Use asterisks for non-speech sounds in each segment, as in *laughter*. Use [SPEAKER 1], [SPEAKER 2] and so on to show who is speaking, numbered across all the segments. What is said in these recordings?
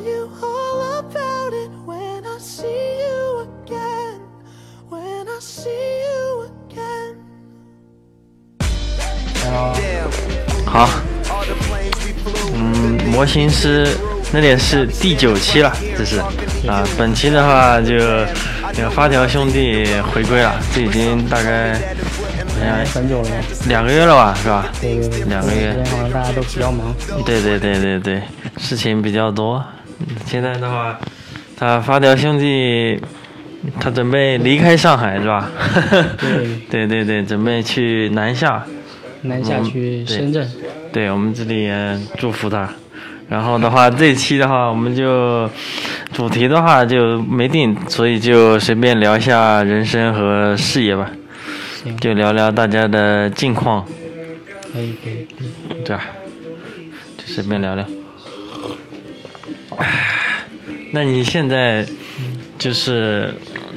[SPEAKER 1] you all about it when I see you again. When I see you again.
[SPEAKER 2] 好，嗯，魔形师那点是第九期了，这是啊，本期的话就那个发条兄弟回归了，这已经大概好像
[SPEAKER 3] 很久了吧？
[SPEAKER 2] 两个月了吧，是吧？
[SPEAKER 3] 对对对，
[SPEAKER 2] 两个月
[SPEAKER 3] 这段时间好像大家都比较忙。
[SPEAKER 2] 对对对对对，事情比较多。嗯现在的话，他发条兄弟，他准备离开上海是吧？ *laughs* 对对对，准备去南下。
[SPEAKER 3] 南下去深圳，
[SPEAKER 2] 对我们这里也祝福他。然后的话，这期的话，我们就主题的话就没定，所以就随便聊一下人生和事业吧，
[SPEAKER 3] 行，
[SPEAKER 2] 就聊聊大家的近况，嗯
[SPEAKER 3] 可以可以。
[SPEAKER 2] 对吧？就随便聊聊。那你现在就是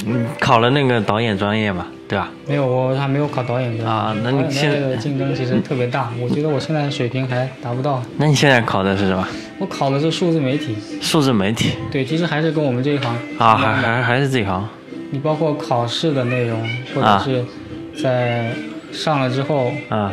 [SPEAKER 2] 嗯考了那个导演专业嘛，对吧？
[SPEAKER 3] 没有，我还没有考导演证
[SPEAKER 2] 啊那你
[SPEAKER 3] 导演证
[SPEAKER 2] 现
[SPEAKER 3] 这个竞争其实特别
[SPEAKER 2] *laughs*
[SPEAKER 3] 大，我觉得我现在水平还达不到。
[SPEAKER 2] 那你现在考的是什么？
[SPEAKER 3] 我考的是数字媒体，
[SPEAKER 2] 数字媒体
[SPEAKER 3] 对，其实还是跟我们这一行
[SPEAKER 2] 啊，
[SPEAKER 3] 一
[SPEAKER 2] 还
[SPEAKER 3] 样的
[SPEAKER 2] 还还是这一行
[SPEAKER 3] 你包括考试的内容，或者
[SPEAKER 2] 啊
[SPEAKER 3] 是在上了之后，
[SPEAKER 2] 啊？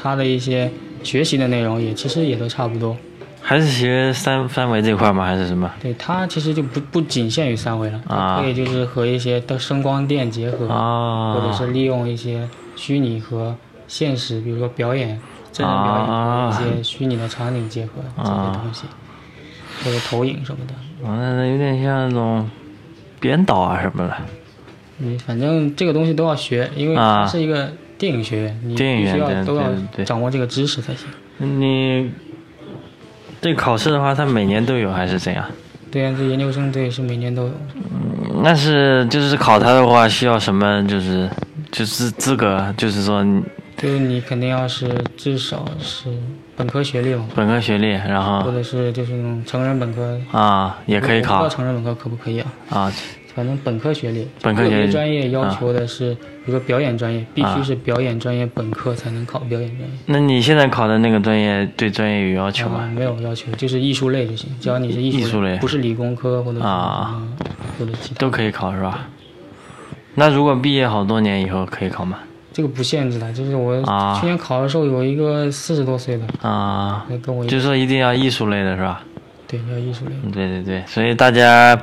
[SPEAKER 3] 它的一些学习的内容也其实也都差不多。
[SPEAKER 2] 还是学三三维这块吗？还是什么？
[SPEAKER 3] 对，它其实就不不仅限于三维了，
[SPEAKER 2] 啊
[SPEAKER 3] 它可以就是和一些的声光电结合，
[SPEAKER 2] 啊，
[SPEAKER 3] 或者是利用一些虚拟和现实，比如说表演、真人表演
[SPEAKER 2] 啊
[SPEAKER 3] 和一些虚拟的场景结合、这些东西，或者投影什么的。
[SPEAKER 2] 啊，那有点像那种编导啊什么的。
[SPEAKER 3] 你嗯反正这个东西都要学，因为
[SPEAKER 2] 啊
[SPEAKER 3] 它是一个电影学院，你
[SPEAKER 2] 电影
[SPEAKER 3] 必
[SPEAKER 2] 院
[SPEAKER 3] 须
[SPEAKER 2] 对
[SPEAKER 3] 要都
[SPEAKER 2] 对对
[SPEAKER 3] 要掌握这个知识才行。
[SPEAKER 2] 你这考试的话，它每年都有还是怎样？
[SPEAKER 3] 对啊，这研究生对是每年都有。
[SPEAKER 2] 嗯那是就是考它的话，需要什么？就是就是资格，就是说你
[SPEAKER 3] 就是你肯定要是至少是本科学历嘛，
[SPEAKER 2] 本科学历，然
[SPEAKER 3] 或
[SPEAKER 2] 后
[SPEAKER 3] 者是就是那种成人本科
[SPEAKER 2] 啊也可以
[SPEAKER 3] 我
[SPEAKER 2] 考
[SPEAKER 3] 不知道成人本科可不可以啊？
[SPEAKER 2] 啊
[SPEAKER 3] 反正本科学历，
[SPEAKER 2] 本科学历啊
[SPEAKER 3] 个别专业要求的是，比如说表演专业，必须是表演专业本科才能考表演专业。
[SPEAKER 2] 那你现在考的那个专业对专业有要求
[SPEAKER 3] 啊
[SPEAKER 2] 吗？
[SPEAKER 3] 没有要求，就是艺术类就行，只要你是艺
[SPEAKER 2] 艺术类
[SPEAKER 3] 不是理工科或者是
[SPEAKER 2] 啊
[SPEAKER 3] 什么或者其他，
[SPEAKER 2] 都可以考是吧？那如果毕业好多年以后可以考吗？
[SPEAKER 3] 这个不限制的。就是我
[SPEAKER 2] 啊
[SPEAKER 3] 去年考的时候有一个四十多岁的，
[SPEAKER 2] 啊，
[SPEAKER 3] 跟我一
[SPEAKER 2] 就是说一定要艺术类的是吧？
[SPEAKER 3] 对要艺术类，
[SPEAKER 2] 嗯对对对，所以大家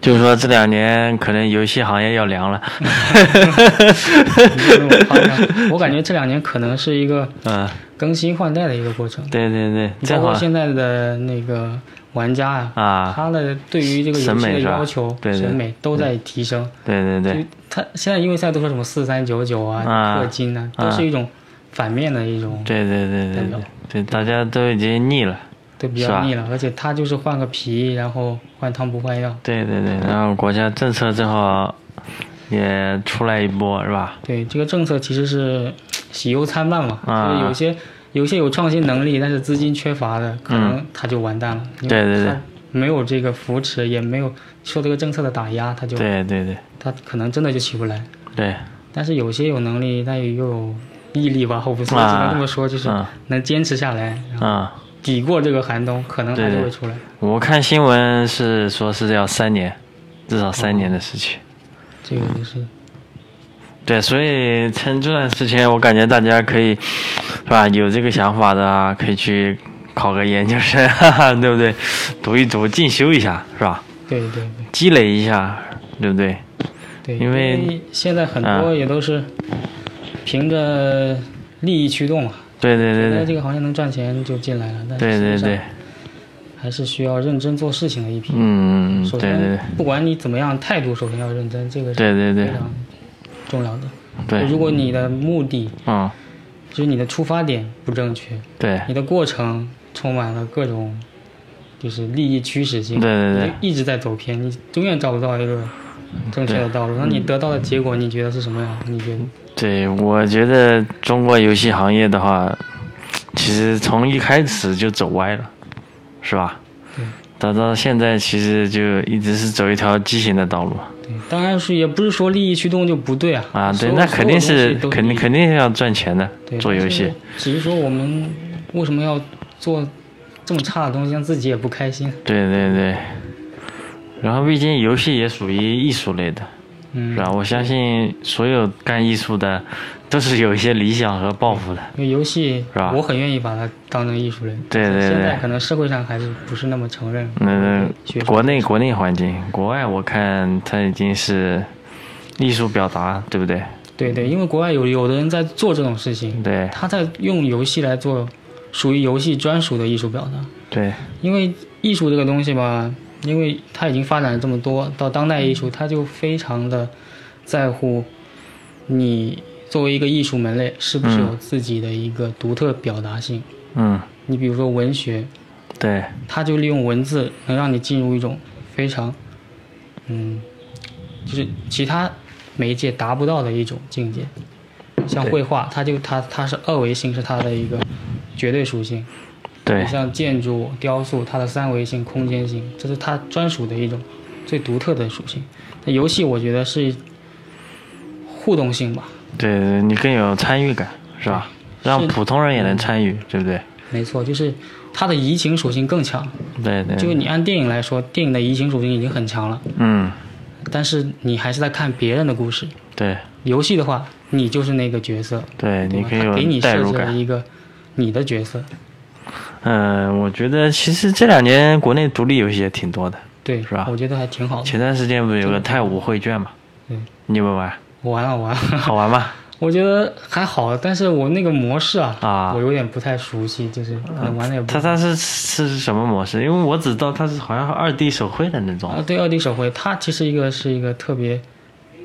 [SPEAKER 2] 就是说这两年可能游戏行业要凉
[SPEAKER 3] *laughs*
[SPEAKER 2] 了，
[SPEAKER 3] 因为我夸
[SPEAKER 2] *laughs*
[SPEAKER 3] 张，我感觉这两年可能是一个
[SPEAKER 2] 嗯，
[SPEAKER 3] 更新换代的一个过程。
[SPEAKER 2] 对对对，
[SPEAKER 3] 包
[SPEAKER 2] 正
[SPEAKER 3] 括
[SPEAKER 2] 好
[SPEAKER 3] 现在的那个玩家啊，
[SPEAKER 2] 啊
[SPEAKER 3] 他的对于这个游
[SPEAKER 2] 审
[SPEAKER 3] 戏
[SPEAKER 2] 美
[SPEAKER 3] 的
[SPEAKER 2] 是吧
[SPEAKER 3] 要求、
[SPEAKER 2] 对嗯对
[SPEAKER 3] 审美都在提升。
[SPEAKER 2] 对对
[SPEAKER 3] 就
[SPEAKER 2] 对
[SPEAKER 3] 是他现在因为赛都说什么四三九九
[SPEAKER 2] 啊
[SPEAKER 3] 啊、氪金啊，
[SPEAKER 2] 啊
[SPEAKER 3] 都是一种反面的一种，
[SPEAKER 2] 对对对对
[SPEAKER 3] 代
[SPEAKER 2] 对
[SPEAKER 3] 表
[SPEAKER 2] 对，大家都已经腻了，
[SPEAKER 3] 对比
[SPEAKER 2] 是吧
[SPEAKER 3] 较腻了。而且他就是换个皮，然后换汤不换药。
[SPEAKER 2] 对对对，然后国家政策正好也出来一波是吧？
[SPEAKER 3] 对这个政策其实是喜忧参半嘛，
[SPEAKER 2] 啊
[SPEAKER 3] 就是有些有些有创新能力，但是资金缺乏的，可能他就完蛋了。
[SPEAKER 2] 嗯
[SPEAKER 3] 因为
[SPEAKER 2] 对对对
[SPEAKER 3] 他没有这个扶持，也没有受这个政策的打压，他就
[SPEAKER 2] 对对对
[SPEAKER 3] 他可能真的就起不来。
[SPEAKER 2] 对，
[SPEAKER 3] 但是有些有能力，但也又有毅力吧，我不是我只能这么说，就是
[SPEAKER 2] 啊
[SPEAKER 3] 能坚持下来，然后
[SPEAKER 2] 嗯，
[SPEAKER 3] 抵过这个寒冬，可能还是会出来。
[SPEAKER 2] 我看新闻是说是要三年，至少三年的事情。
[SPEAKER 3] 这个就是
[SPEAKER 2] 对，所以趁这段时间，我感觉大家可以，是吧？有这个想法的啊，可以去考个研究生，哈哈，对不对？读一读，进修一下，是吧？
[SPEAKER 3] 对对对
[SPEAKER 2] 积累一下，对不对？
[SPEAKER 3] 对，
[SPEAKER 2] 因
[SPEAKER 3] 因
[SPEAKER 2] 为
[SPEAKER 3] 现在很
[SPEAKER 2] 啊
[SPEAKER 3] 多也都是凭着利益驱动嘛，
[SPEAKER 2] 对对
[SPEAKER 3] 觉得
[SPEAKER 2] 对对
[SPEAKER 3] 这个行业能赚钱就进来了，但
[SPEAKER 2] 对
[SPEAKER 3] 是
[SPEAKER 2] 对
[SPEAKER 3] 实际
[SPEAKER 2] 对
[SPEAKER 3] 上，还是需要认真做事情的一批。
[SPEAKER 2] 嗯，
[SPEAKER 3] 首
[SPEAKER 2] 对对
[SPEAKER 3] 先
[SPEAKER 2] 对，
[SPEAKER 3] 不管你怎么样，态度首先要认真，这个是
[SPEAKER 2] 对对
[SPEAKER 3] 非
[SPEAKER 2] 对
[SPEAKER 3] 常重要的。
[SPEAKER 2] 对，
[SPEAKER 3] 如果你的目的
[SPEAKER 2] 嗯，
[SPEAKER 3] 就是你的出发点不正确，
[SPEAKER 2] 对
[SPEAKER 3] 你的过程充满了各种就是利益驱使性，
[SPEAKER 2] 对对对
[SPEAKER 3] 你就一直在走偏，你永远找不到一个正确的道路。那你得到的结果，你觉得是什么样？你觉得
[SPEAKER 2] 对，我觉得中国游戏行业的话，其其实从一开始就走歪了，是吧？
[SPEAKER 3] 对。
[SPEAKER 2] 到到现在，其实就一直是走一条畸形的道路
[SPEAKER 3] 对，当然是也不是说利益驱动就不对啊。
[SPEAKER 2] 啊。
[SPEAKER 3] 所
[SPEAKER 2] 对，
[SPEAKER 3] 有
[SPEAKER 2] 那肯定是肯定肯。定是要赚钱的
[SPEAKER 3] 所有东西都
[SPEAKER 2] 做
[SPEAKER 3] 利益对，
[SPEAKER 2] 游戏。，
[SPEAKER 3] 只是只是说我们为什么要做这么差的东西，让自己也不开心？
[SPEAKER 2] 对对对。然后，毕竟游戏也属于艺术类的，
[SPEAKER 3] 嗯
[SPEAKER 2] 是，啊吧？我相信所有干艺术的，都是有一些理想和抱负的。
[SPEAKER 3] 因为游戏
[SPEAKER 2] 是吧
[SPEAKER 3] 我很愿意把它当成艺术类。
[SPEAKER 2] 对对
[SPEAKER 3] 现在
[SPEAKER 2] 对
[SPEAKER 3] 可。能社会上还是不是那么承认。
[SPEAKER 2] 嗯，
[SPEAKER 3] 学
[SPEAKER 2] 国内国内环境，国外我看它已经是艺术表达，对不对？
[SPEAKER 3] 对对，因为国外有有的人在做这种事情，
[SPEAKER 2] 对
[SPEAKER 3] 他在用游戏来做属于游戏专属的艺术表达。
[SPEAKER 2] 对
[SPEAKER 3] 因为艺术这个东西吧，因为它已经发展了这么多，到当代艺术，它就非常的在乎你作为一个艺术门类是不是有自己的一个独特表达性。
[SPEAKER 2] 嗯，
[SPEAKER 3] 你比如说文学，
[SPEAKER 2] 对
[SPEAKER 3] 它就利用文字能让你进入一种非常，嗯，就是其他媒介达不到的一种境界。像
[SPEAKER 2] 对
[SPEAKER 3] 绘画，它就它它是二维性是它的一个绝对属性，
[SPEAKER 2] 对
[SPEAKER 3] 你像建筑、雕塑，它的三维性、空间性，这是它专属的一种最独特的属性。那游戏我觉得是互动性吧，
[SPEAKER 2] 对对，你更有参与感，是吧？让
[SPEAKER 3] 是嗯
[SPEAKER 2] 普通人也能参与，对不对？
[SPEAKER 3] 没错，就是它的移情属性更强。
[SPEAKER 2] 对对，
[SPEAKER 3] 就你按电影来说，电影的移情属性已经很强了，
[SPEAKER 2] 嗯，
[SPEAKER 3] 但是你还是在看别人的故事。
[SPEAKER 2] 对
[SPEAKER 3] 游戏的话，你就是那个角色，
[SPEAKER 2] 对，
[SPEAKER 3] 对
[SPEAKER 2] 你
[SPEAKER 3] 吧
[SPEAKER 2] 可以
[SPEAKER 3] 它给你
[SPEAKER 2] 有代
[SPEAKER 3] 设
[SPEAKER 2] 入
[SPEAKER 3] 置了
[SPEAKER 2] 感。
[SPEAKER 3] 一个你的角色，
[SPEAKER 2] 嗯，我觉得其实这两年国内独立游戏也挺多的，
[SPEAKER 3] 对，
[SPEAKER 2] 是吧
[SPEAKER 3] 我觉得还挺好的。
[SPEAKER 2] 前段时间不是有个太武绘卷嘛？
[SPEAKER 3] 嗯，
[SPEAKER 2] 你有没有玩？
[SPEAKER 3] 玩了玩了，
[SPEAKER 2] 好玩吗？
[SPEAKER 3] *laughs* 我觉得还好，但是我那个模式啊，
[SPEAKER 2] 啊
[SPEAKER 3] 我有点不太熟悉，就是可能玩的也不
[SPEAKER 2] 它它是是什么模式？因为我只知道它是好像二 D 手绘的那种
[SPEAKER 3] 啊。对，二 D 手绘，它其实一个是一个特别，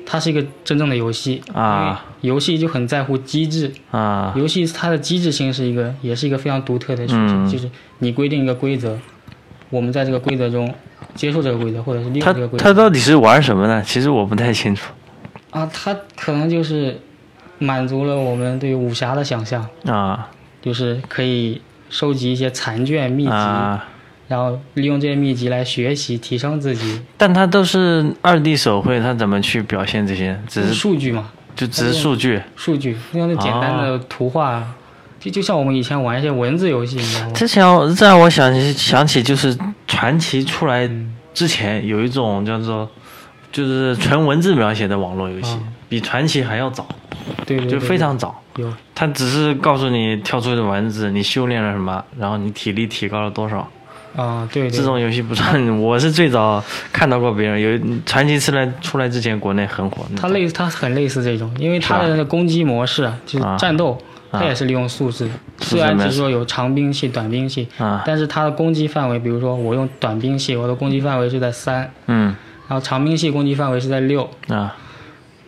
[SPEAKER 3] 它是一个真正的游戏
[SPEAKER 2] 啊，
[SPEAKER 3] 因为游戏就很在乎机制，
[SPEAKER 2] 啊，
[SPEAKER 3] 游戏它的机制性是一个，也是一个非常独特的属性，
[SPEAKER 2] 嗯
[SPEAKER 3] 就是你规定一个规则，我们在这个规则中接受这个规则，或者是利用
[SPEAKER 2] 它
[SPEAKER 3] 这个规则。
[SPEAKER 2] 它到底是玩什么呢？其实我不太清楚
[SPEAKER 3] 啊，它可能就是满足了我们对武侠的想象，
[SPEAKER 2] 啊
[SPEAKER 3] 就是可以收集一些残卷秘籍，
[SPEAKER 2] 啊，
[SPEAKER 3] 然后利用这些秘籍来学习提升自己，
[SPEAKER 2] 但它都是二 D 手绘，它怎么去表现这些？只是
[SPEAKER 3] 数哎据嘛，
[SPEAKER 2] 就只是数据，
[SPEAKER 3] 数据，用那简单的图画，就就像我们以前玩一些文字游戏，你知道吗？
[SPEAKER 2] 之前我这让我想起想起就是传奇出来
[SPEAKER 3] 嗯
[SPEAKER 2] 之前有一种叫做就是纯文字描写的网络游戏
[SPEAKER 3] 啊，
[SPEAKER 2] 比传奇还要早，
[SPEAKER 3] 对对对，
[SPEAKER 2] 就非
[SPEAKER 3] 对
[SPEAKER 2] 常早。
[SPEAKER 3] 有
[SPEAKER 2] 它只是告诉你跳出的文字，你修炼了什么，然后你体力提高了多少。
[SPEAKER 3] 啊，对对，
[SPEAKER 2] 这种游戏不算，我是最早看到过别人有传奇出来出来之前，国内很火。
[SPEAKER 3] 它类它很类似这种，因为它的那个攻击模式啊，就是
[SPEAKER 2] 啊
[SPEAKER 3] 战斗，
[SPEAKER 2] 啊
[SPEAKER 3] 它也是利用数字，
[SPEAKER 2] 数字
[SPEAKER 3] 虽然
[SPEAKER 2] 模
[SPEAKER 3] 只
[SPEAKER 2] 式
[SPEAKER 3] 说有长兵器、短兵器，
[SPEAKER 2] 啊，
[SPEAKER 3] 但是它的攻击范围，比如说我用短兵器，我的攻击范围是在三，
[SPEAKER 2] 嗯
[SPEAKER 3] 然后长兵器攻击范围是在六，
[SPEAKER 2] 啊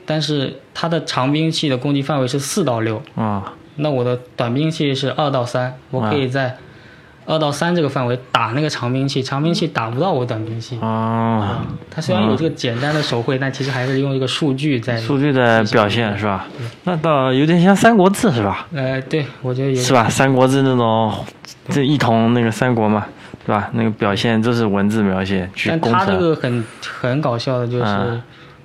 [SPEAKER 3] 但是它的长兵器的攻击范围是四到六，
[SPEAKER 2] 啊
[SPEAKER 3] 那我的短兵器是二到三，我可以在二到三这个范围打那个长兵器，长兵器打不到我短兵器。
[SPEAKER 2] 啊
[SPEAKER 3] 啊，，它虽然有这个简单的手绘，但其实还是用这个数据在。
[SPEAKER 2] 数据的表现是吧？那倒有点像《三国志》是吧？
[SPEAKER 3] 呃，对，我觉得有
[SPEAKER 2] 是吧？《三国志》那种，这一统那个三国嘛，是吧？那个表现就是文字描写去
[SPEAKER 3] 但
[SPEAKER 2] 攻
[SPEAKER 3] 他这
[SPEAKER 2] 城
[SPEAKER 3] 个很很搞笑的就是，
[SPEAKER 2] 嗯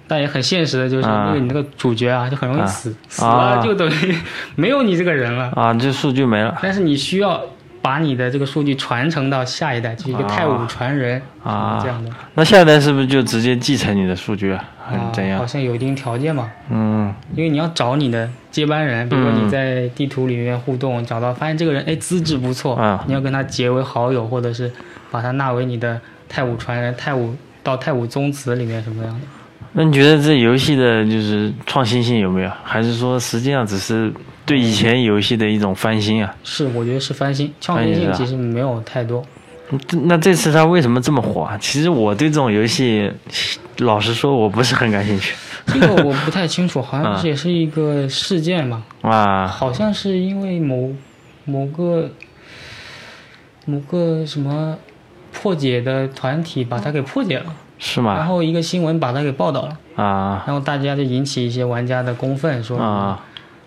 [SPEAKER 3] 但也很现实的就
[SPEAKER 2] 嗯
[SPEAKER 3] 是，那个你那个主角啊，就很容易
[SPEAKER 2] 嗯
[SPEAKER 3] 死，死了
[SPEAKER 2] 啊
[SPEAKER 3] 就等于 *laughs* 没有你这个人了。
[SPEAKER 2] 啊，这数据没了
[SPEAKER 3] 但是你需要把你的这个数据传承到下一代，就是一个
[SPEAKER 2] 啊
[SPEAKER 3] 太武传人
[SPEAKER 2] 啊
[SPEAKER 3] 这样的。
[SPEAKER 2] 那下一代是不是就直接继承你的数据啊？还是
[SPEAKER 3] 啊
[SPEAKER 2] 怎，样
[SPEAKER 3] 好？像有一定条件嘛，
[SPEAKER 2] 嗯
[SPEAKER 3] 因为你要找你的接班人，比如说
[SPEAKER 2] 嗯
[SPEAKER 3] 你在地图里面互动，找到发现这个人哎资质不错，
[SPEAKER 2] 啊
[SPEAKER 3] 你要跟他结为好友，或者是把他纳为你的太武传人，太武到太武宗祠里面什么样的。
[SPEAKER 2] 那你觉得这游戏的就是创新性有没有？还是说实际上只是对以前游戏的一种翻新啊？
[SPEAKER 3] 是，我觉得是翻新，创
[SPEAKER 2] 翻
[SPEAKER 3] 新
[SPEAKER 2] 新
[SPEAKER 3] 性
[SPEAKER 2] 是吧
[SPEAKER 3] 其实没有太多。
[SPEAKER 2] 嗯那这次它为什么这么火啊？其实我对这种游戏，老实说，我不是很感兴趣
[SPEAKER 3] 这个我不太清楚，好像
[SPEAKER 2] *laughs* 啊
[SPEAKER 3] 是也是一个事件吧，
[SPEAKER 2] 啊。
[SPEAKER 3] 好像是因为某某个某个什么破解的团体把它给破解了，
[SPEAKER 2] 是
[SPEAKER 3] 然
[SPEAKER 2] 吗？
[SPEAKER 3] 后一个新闻把它给报道了，
[SPEAKER 2] 啊
[SPEAKER 3] 然后大家就引起一些玩家的公愤，说
[SPEAKER 2] 啊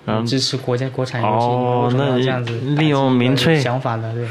[SPEAKER 2] 然后
[SPEAKER 3] 支持国家国产游戏，
[SPEAKER 2] 哦
[SPEAKER 3] 你为什么要
[SPEAKER 2] 那
[SPEAKER 3] 这样子
[SPEAKER 2] 利用民
[SPEAKER 3] 打击我的
[SPEAKER 2] 粹
[SPEAKER 3] 想法的，对。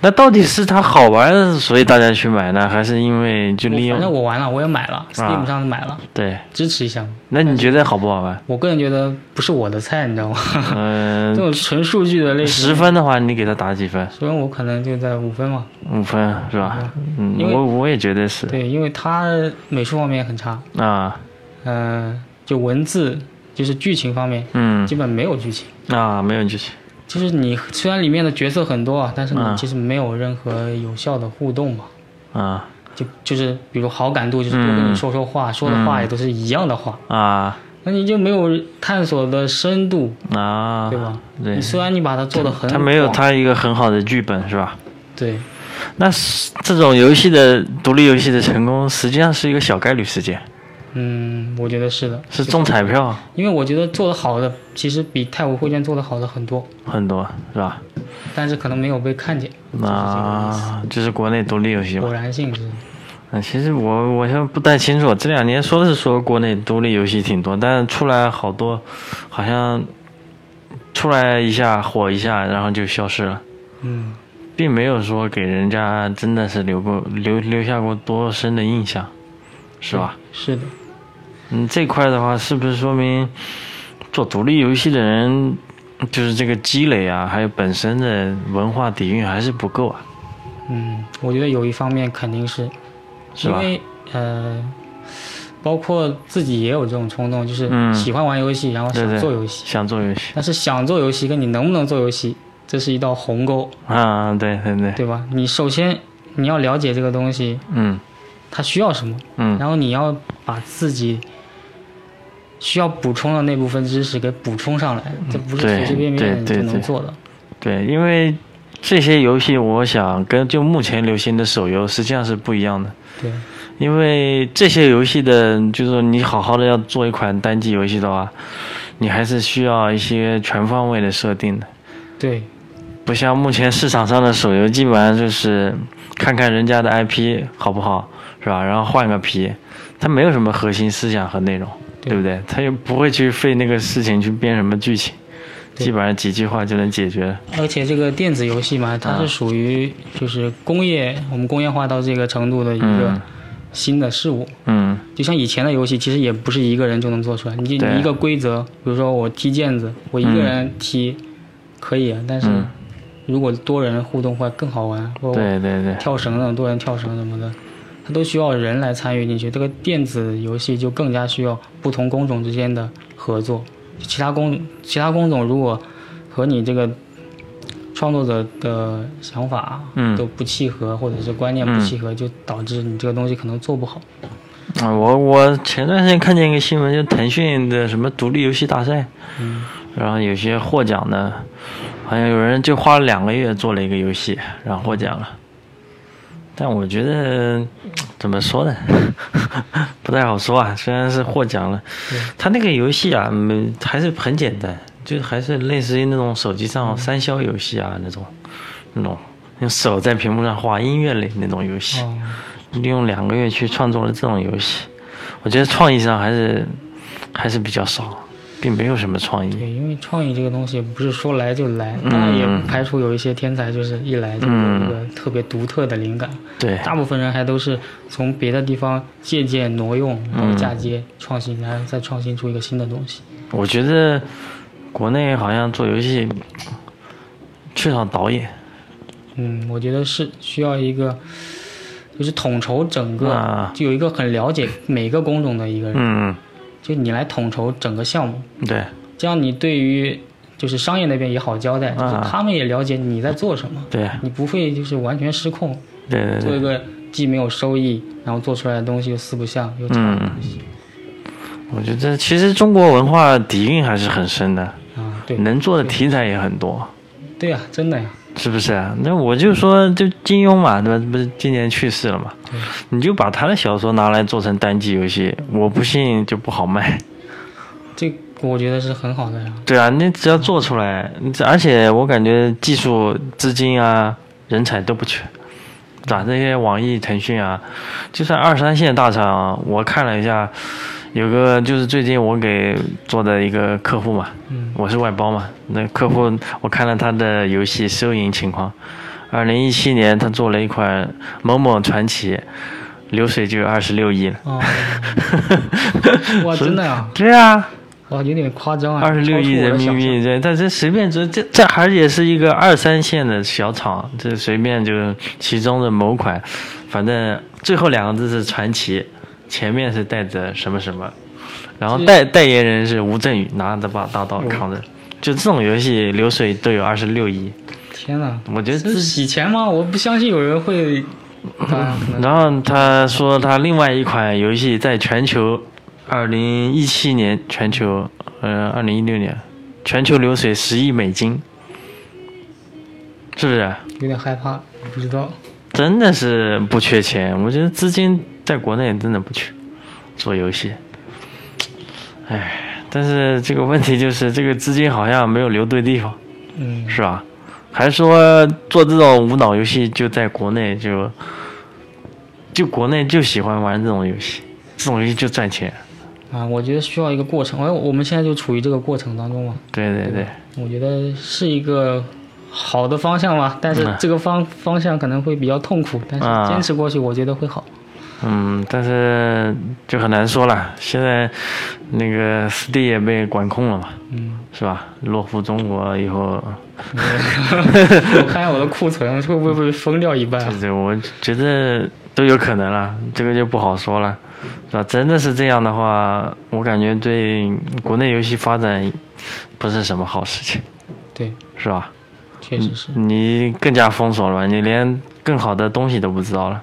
[SPEAKER 2] 那到底是它好玩，所以大家去买呢，还是因为就
[SPEAKER 3] 我
[SPEAKER 2] 利
[SPEAKER 3] 反
[SPEAKER 2] 用？啊
[SPEAKER 3] 正我玩了，我也买了，Steam 上买了，
[SPEAKER 2] 对，
[SPEAKER 3] 支持一下嘛。
[SPEAKER 2] 那你觉得好不好玩？
[SPEAKER 3] 我个人觉得不是我的菜，你知道吗？这
[SPEAKER 2] 嗯、
[SPEAKER 3] 种纯数据的类型，
[SPEAKER 2] 十，分的话，你给它打几分？
[SPEAKER 3] 所以我可能就在五分嘛。
[SPEAKER 2] 五分是吧？嗯，
[SPEAKER 3] 因为
[SPEAKER 2] 我我也觉得是
[SPEAKER 3] 对，因为它美术方面很差，
[SPEAKER 2] 啊，
[SPEAKER 3] 嗯、就文字就是剧情方面
[SPEAKER 2] 嗯
[SPEAKER 3] 基本没有剧情。
[SPEAKER 2] 啊，没有剧情，
[SPEAKER 3] 就是你虽然里面的角色很多啊，但是你
[SPEAKER 2] 嗯
[SPEAKER 3] 其实没有任何有效的互动嘛。
[SPEAKER 2] 啊
[SPEAKER 3] 就就是比如好感度，就是多跟你
[SPEAKER 2] 嗯
[SPEAKER 3] 说说话，说的话
[SPEAKER 2] 嗯
[SPEAKER 3] 也都是一样的话，
[SPEAKER 2] 啊
[SPEAKER 3] 那你就没有探索的深度，
[SPEAKER 2] 啊，
[SPEAKER 3] 对吧？
[SPEAKER 2] 对
[SPEAKER 3] 你虽然你把它做的很，
[SPEAKER 2] 它没有，它一个很好的剧本是吧？
[SPEAKER 3] 对，
[SPEAKER 2] 那是这种游戏的独立游戏的成功，实际上是一个小概率事件，
[SPEAKER 3] 嗯，我觉得是的，
[SPEAKER 2] 是中彩票
[SPEAKER 3] 因为我觉得做的好的其实比太湖会卷做的好的很多，
[SPEAKER 2] 很多是吧？
[SPEAKER 3] 但是可能没有被看见，
[SPEAKER 2] 啊，就是国内独立游戏嘛
[SPEAKER 3] 偶。然性质。
[SPEAKER 2] 嗯，其实我我现在不太清楚，这两年说是说国内独立游戏挺多，但是出来好多，好像出来一下火一下，然后就消失了，
[SPEAKER 3] 嗯，
[SPEAKER 2] 并没有说给人家真的是留过留留下过多深的印象，是吧？
[SPEAKER 3] 是的，
[SPEAKER 2] 嗯，这块的话，是不是说明做独立游戏的人，就是这个积累啊，还有本身的文化底蕴还是不够啊，
[SPEAKER 3] 嗯，我觉得有一方面肯定是，
[SPEAKER 2] 是
[SPEAKER 3] 因
[SPEAKER 2] 吧？
[SPEAKER 3] 为呃，包括自己也有这种冲动，就是
[SPEAKER 2] 嗯
[SPEAKER 3] 喜欢玩游戏，然后
[SPEAKER 2] 对
[SPEAKER 3] 想
[SPEAKER 2] 对
[SPEAKER 3] 做游戏，
[SPEAKER 2] 想做游戏
[SPEAKER 3] 但是想做游戏跟你能不能做游戏，这是一道鸿沟，
[SPEAKER 2] 啊，对对对，
[SPEAKER 3] 对吧？你首先你要了解这个东西，
[SPEAKER 2] 嗯
[SPEAKER 3] 它需要什么，
[SPEAKER 2] 嗯。
[SPEAKER 3] 然后你要把自己需要补充的那部分知识给补充上来，这不是
[SPEAKER 2] 对
[SPEAKER 3] 随随便便你
[SPEAKER 2] 嗯对
[SPEAKER 3] 就
[SPEAKER 2] 对
[SPEAKER 3] 能
[SPEAKER 2] 对
[SPEAKER 3] 做的。
[SPEAKER 2] 对，因为这些游戏，我想跟就目前流行的手游实际上是不一样的，
[SPEAKER 3] 对，
[SPEAKER 2] 因为这些游戏的，就是说你好好的要做一款单机游戏的话，你还是需要一些全方位的设定的，
[SPEAKER 3] 对，
[SPEAKER 2] 不像目前市场上的手游，基本上就是看看人家的 IP 好不好，是吧？然后换个皮，它没有什么核心思想和内容，
[SPEAKER 3] 对
[SPEAKER 2] 对不对？它又不会去费那个事情去编什么剧情，
[SPEAKER 3] 对
[SPEAKER 2] 基本上几句话就能解决了。
[SPEAKER 3] 而且这个电子游戏嘛，它
[SPEAKER 2] 啊
[SPEAKER 3] 是属于就是工业，我们工业化到这个程度的一个
[SPEAKER 2] 嗯
[SPEAKER 3] 新的事物。
[SPEAKER 2] 嗯
[SPEAKER 3] 就像以前的游戏，其实也不是一个人就能做出来。你就
[SPEAKER 2] 对
[SPEAKER 3] 你一个规则，比如说我踢毽子，我一个人踢可以，啊但是
[SPEAKER 2] 嗯，
[SPEAKER 3] 如果多人互动会更好玩。或
[SPEAKER 2] 对对对。
[SPEAKER 3] 跳绳那种多人跳绳什么的，它都需要人来参与进去。这个电子游戏就更加需要不同工种之间的合作。其他工其他工种如果和你这个创作者的想法
[SPEAKER 2] 嗯
[SPEAKER 3] 都不契合，或者是观念不契合，就导致你这个东西可能做不好。
[SPEAKER 2] 啊，我我前段时间看见一个新闻，就腾讯的什么独立游戏大赛，
[SPEAKER 3] 嗯
[SPEAKER 2] 然后有些获奖的，好像有人就花了两个月做了一个游戏，然后获奖了。但我觉得嗯怎么说呢， *laughs* 不太好说啊。虽然是获奖了，他那个游戏啊，没还是很简单，就还是类似于那种手机上三消游戏啊那种，那种用手在屏幕上画音乐类那种游戏。
[SPEAKER 3] 哦，
[SPEAKER 2] 利用两个月去创作了这种游戏，我觉得创意上还是还是比较少，并没有什么创
[SPEAKER 3] 对，
[SPEAKER 2] 意。
[SPEAKER 3] 因为创意这个东西不是说来就来，当然也不排除有一些天才就是一来就有一个特别独特的灵感。
[SPEAKER 2] 对
[SPEAKER 3] 大部分人还都是从别的地方借鉴、挪用，
[SPEAKER 2] 嗯
[SPEAKER 3] 然后嫁接、创新，然后再创新出一个新的东西。
[SPEAKER 2] 我觉得国内好像做游戏缺少导演
[SPEAKER 3] 嗯，我觉得是需要一个，就是统筹整个，
[SPEAKER 2] 啊
[SPEAKER 3] 就有一个很了解每个工种的一个人，
[SPEAKER 2] 嗯，
[SPEAKER 3] 就你来统筹整个项目，
[SPEAKER 2] 对
[SPEAKER 3] 这样你对于就是商业那边也好交代，就是
[SPEAKER 2] 啊
[SPEAKER 3] 他们也了解你在做什么，
[SPEAKER 2] 对
[SPEAKER 3] 你不会就是完全失控，
[SPEAKER 2] 对对
[SPEAKER 3] 做一
[SPEAKER 2] 对，
[SPEAKER 3] 个既没有收益，然后做出来的东西又四不像又
[SPEAKER 2] 嗯
[SPEAKER 3] 差的东西。
[SPEAKER 2] 我觉得其实中国文化底蕴还是很深的，
[SPEAKER 3] 啊，对，
[SPEAKER 2] 能做的题材也很多。
[SPEAKER 3] 对呀、真的呀、
[SPEAKER 2] 是不是啊？那我就说，就金庸嘛，对吧？不是今年去世了嘛？你就把他的小说拿来做成单机游戏，我不信就不好卖。
[SPEAKER 3] 这个我觉得是很好的呀、
[SPEAKER 2] 对啊，你只要做出来，你只而且我感觉技术、资金啊、人才都不缺，对吧？那些网易、腾讯啊，就算二三线大厂，我看了一下，有个就是最近我给做的一个客户嘛，
[SPEAKER 3] 嗯
[SPEAKER 2] 我是外包嘛，那客户我看了他的游戏收银情况，二零一七年他做了一款某某传奇，流水就有二十六亿
[SPEAKER 3] *laughs*
[SPEAKER 2] 了。
[SPEAKER 3] 哦，哇，
[SPEAKER 2] *laughs*
[SPEAKER 3] 真的呀、
[SPEAKER 2] 对啊，
[SPEAKER 3] 哇，有点夸张啊，
[SPEAKER 2] 二十六亿人民币，对，但这随便这这这而且是一个二三线的小厂，这随便就其中的某款，反正最后两个字是传奇，前面是带着什么什么，然后
[SPEAKER 3] 这
[SPEAKER 2] 代代言人是吴镇宇，拿着把大刀
[SPEAKER 3] 哦
[SPEAKER 2] 扛着，就这种游戏流水都有二十六亿，
[SPEAKER 3] 天哪，
[SPEAKER 2] 我觉得
[SPEAKER 3] 这
[SPEAKER 2] 自己。
[SPEAKER 3] 是洗钱吗？我不相信有人会，啊，可能
[SPEAKER 2] 然后他说他另外一款游戏在全球，二零一七年全球，呃，二零一六年全球流水十亿美金，是不是？
[SPEAKER 3] 有点害怕，不知道。
[SPEAKER 2] 真的是不缺钱，我觉得资金在国内真的不缺，做游戏，唉，但是这个问题就是这个资金好像没有流对地方。
[SPEAKER 3] 嗯，
[SPEAKER 2] 是吧？还说做这种无脑游戏就在国内就，就国内就喜欢玩这种游戏，这种游戏就赚钱。
[SPEAKER 3] 啊，我觉得需要一个过程，而哎我们现在就处于这个过程当中嘛。
[SPEAKER 2] 对对对，
[SPEAKER 3] 我觉得是一个好的方向吧，但是
[SPEAKER 2] 嗯
[SPEAKER 3] 这个方、方向可能会比较痛苦，但
[SPEAKER 2] 啊
[SPEAKER 3] 是坚持过去，我觉得
[SPEAKER 2] *laughs*
[SPEAKER 3] 会好。 *laughs*
[SPEAKER 2] 嗯，但是就很难说了。现在那个 Steam 也被管控了嘛，
[SPEAKER 3] 嗯，
[SPEAKER 2] 是吧？落户中国以后，
[SPEAKER 3] 我看一下我的库存会不会被封掉一半啊
[SPEAKER 2] 这？这我觉得都有可能了，这个就不好说了，是吧？真的是这样的话，我感觉对国内游戏发展不是什么好事情，
[SPEAKER 3] 对，
[SPEAKER 2] 是吧？
[SPEAKER 3] 确实是。
[SPEAKER 2] 你更加封锁了吧，你连更好的东西都不知道了，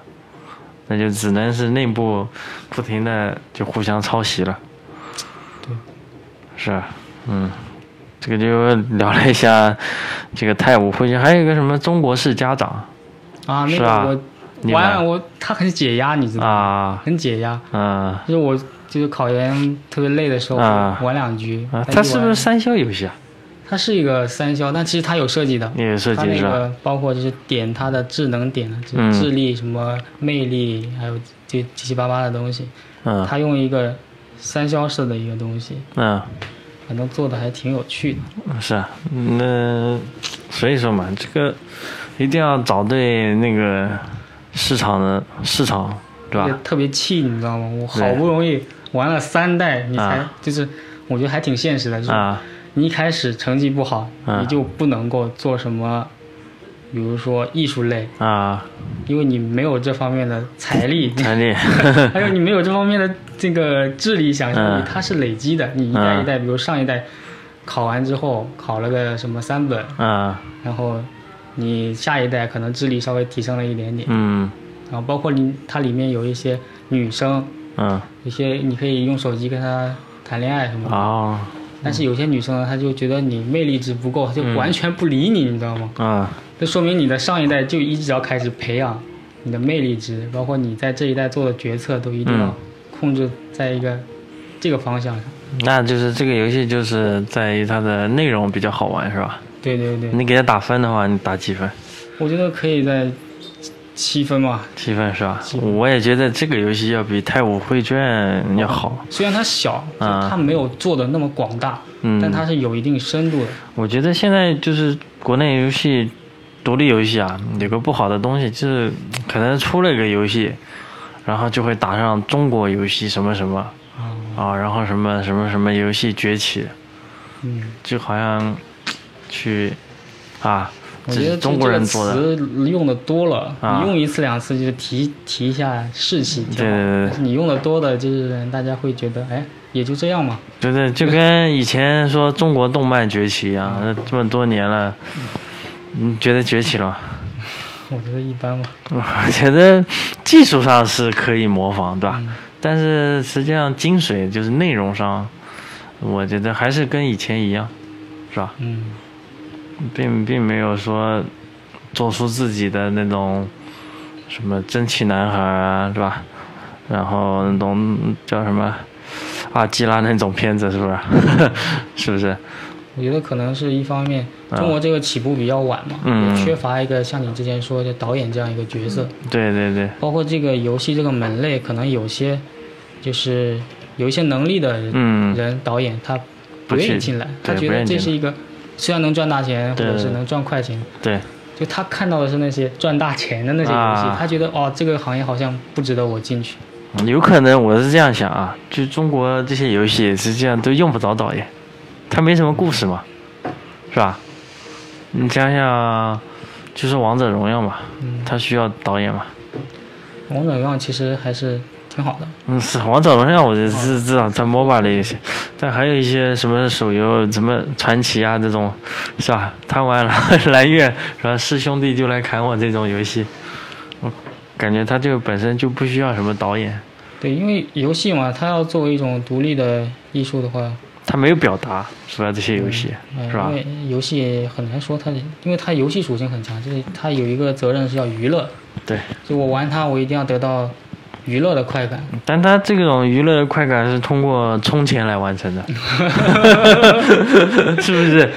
[SPEAKER 2] 那就只能是内部不停的就互相抄袭了。
[SPEAKER 3] 对，
[SPEAKER 2] 是啊，嗯，这个就聊了一下这个泰晤会议，还有一个什么中国式家长
[SPEAKER 3] 啊，那
[SPEAKER 2] 是啊
[SPEAKER 3] 个我
[SPEAKER 2] 你
[SPEAKER 3] 玩
[SPEAKER 2] 玩
[SPEAKER 3] 我他很解压，你知道吗？
[SPEAKER 2] 啊，
[SPEAKER 3] 很解压，
[SPEAKER 2] 嗯
[SPEAKER 3] 就是我就是考研特别累的时候、
[SPEAKER 2] 啊
[SPEAKER 3] 玩两局。
[SPEAKER 2] 啊，
[SPEAKER 3] 再
[SPEAKER 2] 它
[SPEAKER 3] 一
[SPEAKER 2] 是不是
[SPEAKER 3] 玩
[SPEAKER 2] 三消游戏啊？
[SPEAKER 3] 它是一个三消，但其实它有设计的。
[SPEAKER 2] 也有设
[SPEAKER 3] 它
[SPEAKER 2] 计
[SPEAKER 3] 那
[SPEAKER 2] 是吧？
[SPEAKER 3] 个包括就是点它的智能点，就
[SPEAKER 2] 嗯
[SPEAKER 3] 是智力、什么魅力，还有这七七八八的东西。
[SPEAKER 2] 嗯
[SPEAKER 3] 它用一个三消式的一个东西，
[SPEAKER 2] 嗯。
[SPEAKER 3] 反正做的还挺有趣的。
[SPEAKER 2] 是啊，那所以说嘛，这个一定要找对那个市场的市场，对
[SPEAKER 3] 特
[SPEAKER 2] 吧
[SPEAKER 3] 别？特别气，你知道吗？我
[SPEAKER 2] 对
[SPEAKER 3] 好不容易玩了三代，你才
[SPEAKER 2] 啊
[SPEAKER 3] 就是，我觉得还挺现实的，就是
[SPEAKER 2] 啊，
[SPEAKER 3] 你一开始成绩不好，
[SPEAKER 2] 啊
[SPEAKER 3] 你就不能够做什么，比如说艺术类，
[SPEAKER 2] 啊，
[SPEAKER 3] 因为你没有这方面的财力，
[SPEAKER 2] 安利，
[SPEAKER 3] *laughs* 还有你没有这方面的这个智力想象力
[SPEAKER 2] 嗯，
[SPEAKER 3] 它是累积的。你一代
[SPEAKER 2] 嗯
[SPEAKER 3] 一代，比如上一代考完之后考了个什么三本，
[SPEAKER 2] *laughs* 啊，
[SPEAKER 3] 然后你下一代可能智力稍微提升了一点点，
[SPEAKER 2] 嗯
[SPEAKER 3] 然后包括你它里面有一些女生，
[SPEAKER 2] 嗯，
[SPEAKER 3] 有些你可以用手机跟她谈恋爱什么的。
[SPEAKER 2] 哦，
[SPEAKER 3] 但是有些女生呢，她就觉得你魅力值不够，她就
[SPEAKER 2] 嗯
[SPEAKER 3] 完全不理你，你知道吗？
[SPEAKER 2] 啊，
[SPEAKER 3] 这说明你的上一代就一直要开始培养你的魅力值，包括你在这一代做的决策都一定
[SPEAKER 2] 嗯
[SPEAKER 3] 要控制在一个这个方向上。
[SPEAKER 2] 那就是这个游戏就是在于它的内容比较好玩，是吧？
[SPEAKER 3] 对对对，
[SPEAKER 2] 你给它打分的话，你打几分？
[SPEAKER 3] 我觉得可以在七分吧，
[SPEAKER 2] 七分是吧？我也觉得这个游戏要比《泰晤绘卷》要好。
[SPEAKER 3] 虽然它小，就
[SPEAKER 2] 啊
[SPEAKER 3] 它没有做的那么广大，
[SPEAKER 2] 嗯
[SPEAKER 3] 但它是有一定深度的。
[SPEAKER 2] 我觉得现在就是国内游戏，独立游戏啊，有个不好的东西，就是可能出了一个游戏，然后就会打上中国游戏什么什么
[SPEAKER 3] 啊，
[SPEAKER 2] 啊，然后什么什么什么游戏崛起，
[SPEAKER 3] 嗯，
[SPEAKER 2] 就好像去啊，
[SPEAKER 3] 我
[SPEAKER 2] 这
[SPEAKER 3] 觉
[SPEAKER 2] 是
[SPEAKER 3] 得
[SPEAKER 2] 中国人做
[SPEAKER 3] 这
[SPEAKER 2] 的，
[SPEAKER 3] 个词用的多了，
[SPEAKER 2] 啊
[SPEAKER 3] 你用一次两次就是提提一下士气，挺好
[SPEAKER 2] 对对对对
[SPEAKER 3] 但是你用的多的，就是大家会觉得，哎，也就这样嘛。
[SPEAKER 2] 对对，就跟以前说中国动漫崛起一样，
[SPEAKER 3] 嗯
[SPEAKER 2] 那这么多年了，你觉得崛起了吗？ *laughs*
[SPEAKER 3] 我觉得一般吧。
[SPEAKER 2] 我觉得技术上是可以模仿，对吧？
[SPEAKER 3] 嗯
[SPEAKER 2] 但是实际上精髓就是内容上，我觉得还是跟以前一样，是吧？
[SPEAKER 3] 嗯。
[SPEAKER 2] 并并没有说做出自己的那种什么蒸汽男孩啊，是吧？然后那种叫什么阿基拉那种片子，是不是？ *laughs* 是不是？
[SPEAKER 3] 我觉得可能是一方面，
[SPEAKER 2] 啊
[SPEAKER 3] 中国这个起步比较晚嘛，
[SPEAKER 2] 嗯
[SPEAKER 3] 也缺乏一个像你之前说的导演这样一个角色，
[SPEAKER 2] 对对对，
[SPEAKER 3] 包括这个游戏这个门类，可能有些就是有一些能力的人、
[SPEAKER 2] 嗯
[SPEAKER 3] 人导演他
[SPEAKER 2] 不
[SPEAKER 3] 不愿
[SPEAKER 2] 去
[SPEAKER 3] 意进来，
[SPEAKER 2] 对
[SPEAKER 3] 他觉
[SPEAKER 2] 不愿
[SPEAKER 3] 得
[SPEAKER 2] 意进
[SPEAKER 3] 这是一个虽然能赚大钱，或
[SPEAKER 2] 对
[SPEAKER 3] 者
[SPEAKER 2] 对
[SPEAKER 3] 是
[SPEAKER 2] 对
[SPEAKER 3] 能赚快钱，
[SPEAKER 2] 对，
[SPEAKER 3] 就他看到的是那些赚大钱的那些游戏，
[SPEAKER 2] 啊
[SPEAKER 3] 他觉得哦这个行业好像不值得我进去。
[SPEAKER 2] 有可能我是这样想啊，就中国这些游戏实际上都用不着导演，它没什么故事嘛，是吧？你想想，就是王者荣耀嘛，它需要导演嘛。
[SPEAKER 3] 王者荣耀其实还是挺好的，
[SPEAKER 2] 嗯，是王者荣耀，我就知知道在 MOBA 类游戏，但还有一些什么手游，什么传奇啊这种，是吧？贪玩了 *laughs* 蓝月，是吧？师兄弟就来砍我这种游戏，我感觉它这个本身就不需要什么导演，
[SPEAKER 3] 对，因为游戏嘛，它要作为一种独立的艺术的话，
[SPEAKER 2] 它没有表达，主要这些游戏，
[SPEAKER 3] 呃
[SPEAKER 2] 是吧
[SPEAKER 3] 因？为游戏很难说它，因为它游戏属性很强，就是它有一个责任是要娱乐，
[SPEAKER 2] 对，
[SPEAKER 3] 就我玩它，我一定要得到娱乐的快感。
[SPEAKER 2] 但它这种娱乐的快感是通过充钱来完
[SPEAKER 3] *laughs*
[SPEAKER 2] 成的，是不是？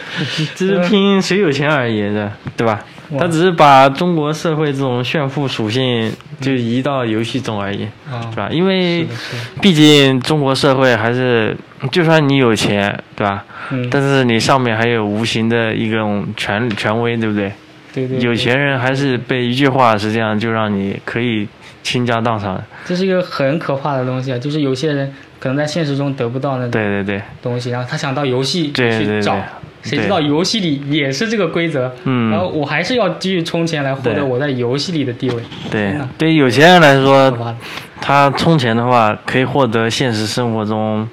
[SPEAKER 2] 这是拼谁有钱而已的，对吧？
[SPEAKER 3] 哇
[SPEAKER 2] 他只是把中国社会这种炫富属性就移到游戏中而已，
[SPEAKER 3] 啊
[SPEAKER 2] 对，吧？因
[SPEAKER 3] 是
[SPEAKER 2] 为
[SPEAKER 3] 的，是的，
[SPEAKER 2] 毕竟中国社会还是，就算你有钱，对吧？
[SPEAKER 3] 嗯，
[SPEAKER 2] 但是你上面还有无形的一种权权威，对不对？
[SPEAKER 3] 对对，
[SPEAKER 2] 有
[SPEAKER 3] 对
[SPEAKER 2] 钱人还是被一句话实际上就让你可以倾家荡产的。
[SPEAKER 3] 这是一个很可怕的东西啊，就是有些人可能在现实中得不到那种
[SPEAKER 2] 对对对，
[SPEAKER 3] 东西，然后他想到游戏
[SPEAKER 2] 对对对
[SPEAKER 3] 去找
[SPEAKER 2] 对，
[SPEAKER 3] 谁知道游戏里也是这个规则，
[SPEAKER 2] 嗯
[SPEAKER 3] 然后我还是要继续充钱来获
[SPEAKER 2] 对
[SPEAKER 3] 得我在游戏里的地位，
[SPEAKER 2] 对
[SPEAKER 3] 天哪
[SPEAKER 2] 对，有钱人来
[SPEAKER 3] 嗯好
[SPEAKER 2] 说，
[SPEAKER 3] 吧？
[SPEAKER 2] 他充钱的话，可以获得现实生活中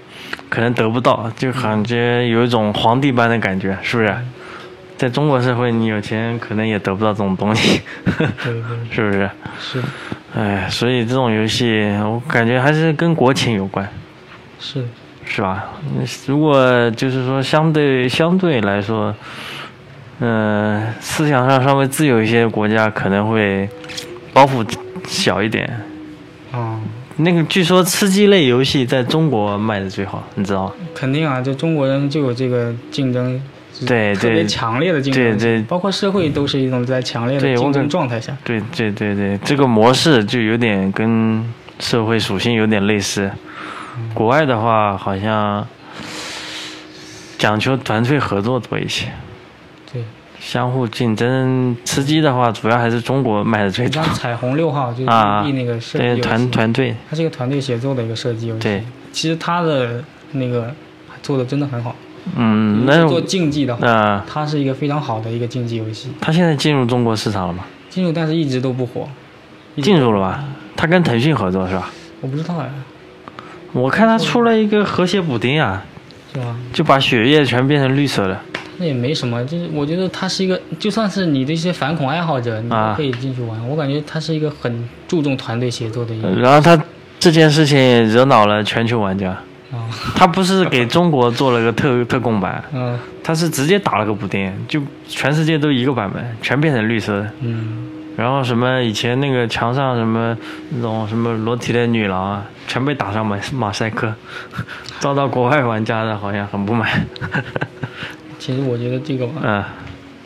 [SPEAKER 2] 可能得不到，就感觉有一种皇帝般的感觉，
[SPEAKER 3] 嗯
[SPEAKER 2] 是不是？在中国社会，你有钱可能也得不到这种东西， *laughs*
[SPEAKER 3] 对对对
[SPEAKER 2] 是不是？
[SPEAKER 3] 是
[SPEAKER 2] 哎，所以这种游戏，我感觉还是跟国情有关，
[SPEAKER 3] 是，
[SPEAKER 2] 是吧？嗯如果就是说相对相对来说，嗯、思想上稍微自由一些的国家，可能会包袱小一点，
[SPEAKER 3] 啊、
[SPEAKER 2] 那个据说吃鸡类游戏在中国卖的最好，你知道吗？
[SPEAKER 3] 肯定啊，就中国人就有这个竞争，就是
[SPEAKER 2] 对
[SPEAKER 3] 特别
[SPEAKER 2] 对
[SPEAKER 3] 强烈的竞争，
[SPEAKER 2] 对对
[SPEAKER 3] 包括社会都是一种在强烈
[SPEAKER 2] 对
[SPEAKER 3] 的
[SPEAKER 2] 我
[SPEAKER 3] 竞
[SPEAKER 2] 感
[SPEAKER 3] 争状态下，
[SPEAKER 2] 对对对对，这个模式就有点跟社会属性有点类似。国外的话，好像讲求团队合作多一些，
[SPEAKER 3] 对，
[SPEAKER 2] 相互竞争。吃鸡的话，主要还是中国卖的最
[SPEAKER 3] 你
[SPEAKER 2] 多
[SPEAKER 3] 像。彩虹六号就是
[SPEAKER 2] 啊
[SPEAKER 3] B 那个设计游
[SPEAKER 2] 对
[SPEAKER 3] 戏，
[SPEAKER 2] 团团队，
[SPEAKER 3] 它是一个团队协作的一个设计游戏，
[SPEAKER 2] 对，
[SPEAKER 3] 其实它的那个做的真的很好，
[SPEAKER 2] 嗯，
[SPEAKER 3] 尤其
[SPEAKER 2] 那
[SPEAKER 3] 是做竞技的话，
[SPEAKER 2] 呃，
[SPEAKER 3] 它是一个非常好的一个竞技游戏，
[SPEAKER 2] 他现在进入中国市场了吗？
[SPEAKER 3] 进入但是一直都不火，一直
[SPEAKER 2] 进入了吧？他跟腾讯合作是吧？
[SPEAKER 3] 我不知道呀，
[SPEAKER 2] 我看他出了一个和谐补丁啊，
[SPEAKER 3] 是吧？
[SPEAKER 2] 就把血液全变成绿色的。
[SPEAKER 3] 那也没什么，就是我觉得它是一个，就算是你的一些反恐爱好者，你都
[SPEAKER 2] 啊
[SPEAKER 3] 可以进去玩。我感觉它是一个很注重团队协作的一个
[SPEAKER 2] 然后他这件事情惹恼了全球玩家，
[SPEAKER 3] 啊，
[SPEAKER 2] 他不是给中国做了个特 *laughs* 特供版，
[SPEAKER 3] 嗯
[SPEAKER 2] 他是直接打了个补丁，就全世界都一个版本，全变成绿色的。
[SPEAKER 3] 嗯，
[SPEAKER 2] 然后什么以前那个墙上什么那种什么裸体的女郎啊，全被打上马马赛克， *laughs* 遭到国外玩家的好像很不满。 *laughs*
[SPEAKER 3] 其实我觉得这个吧，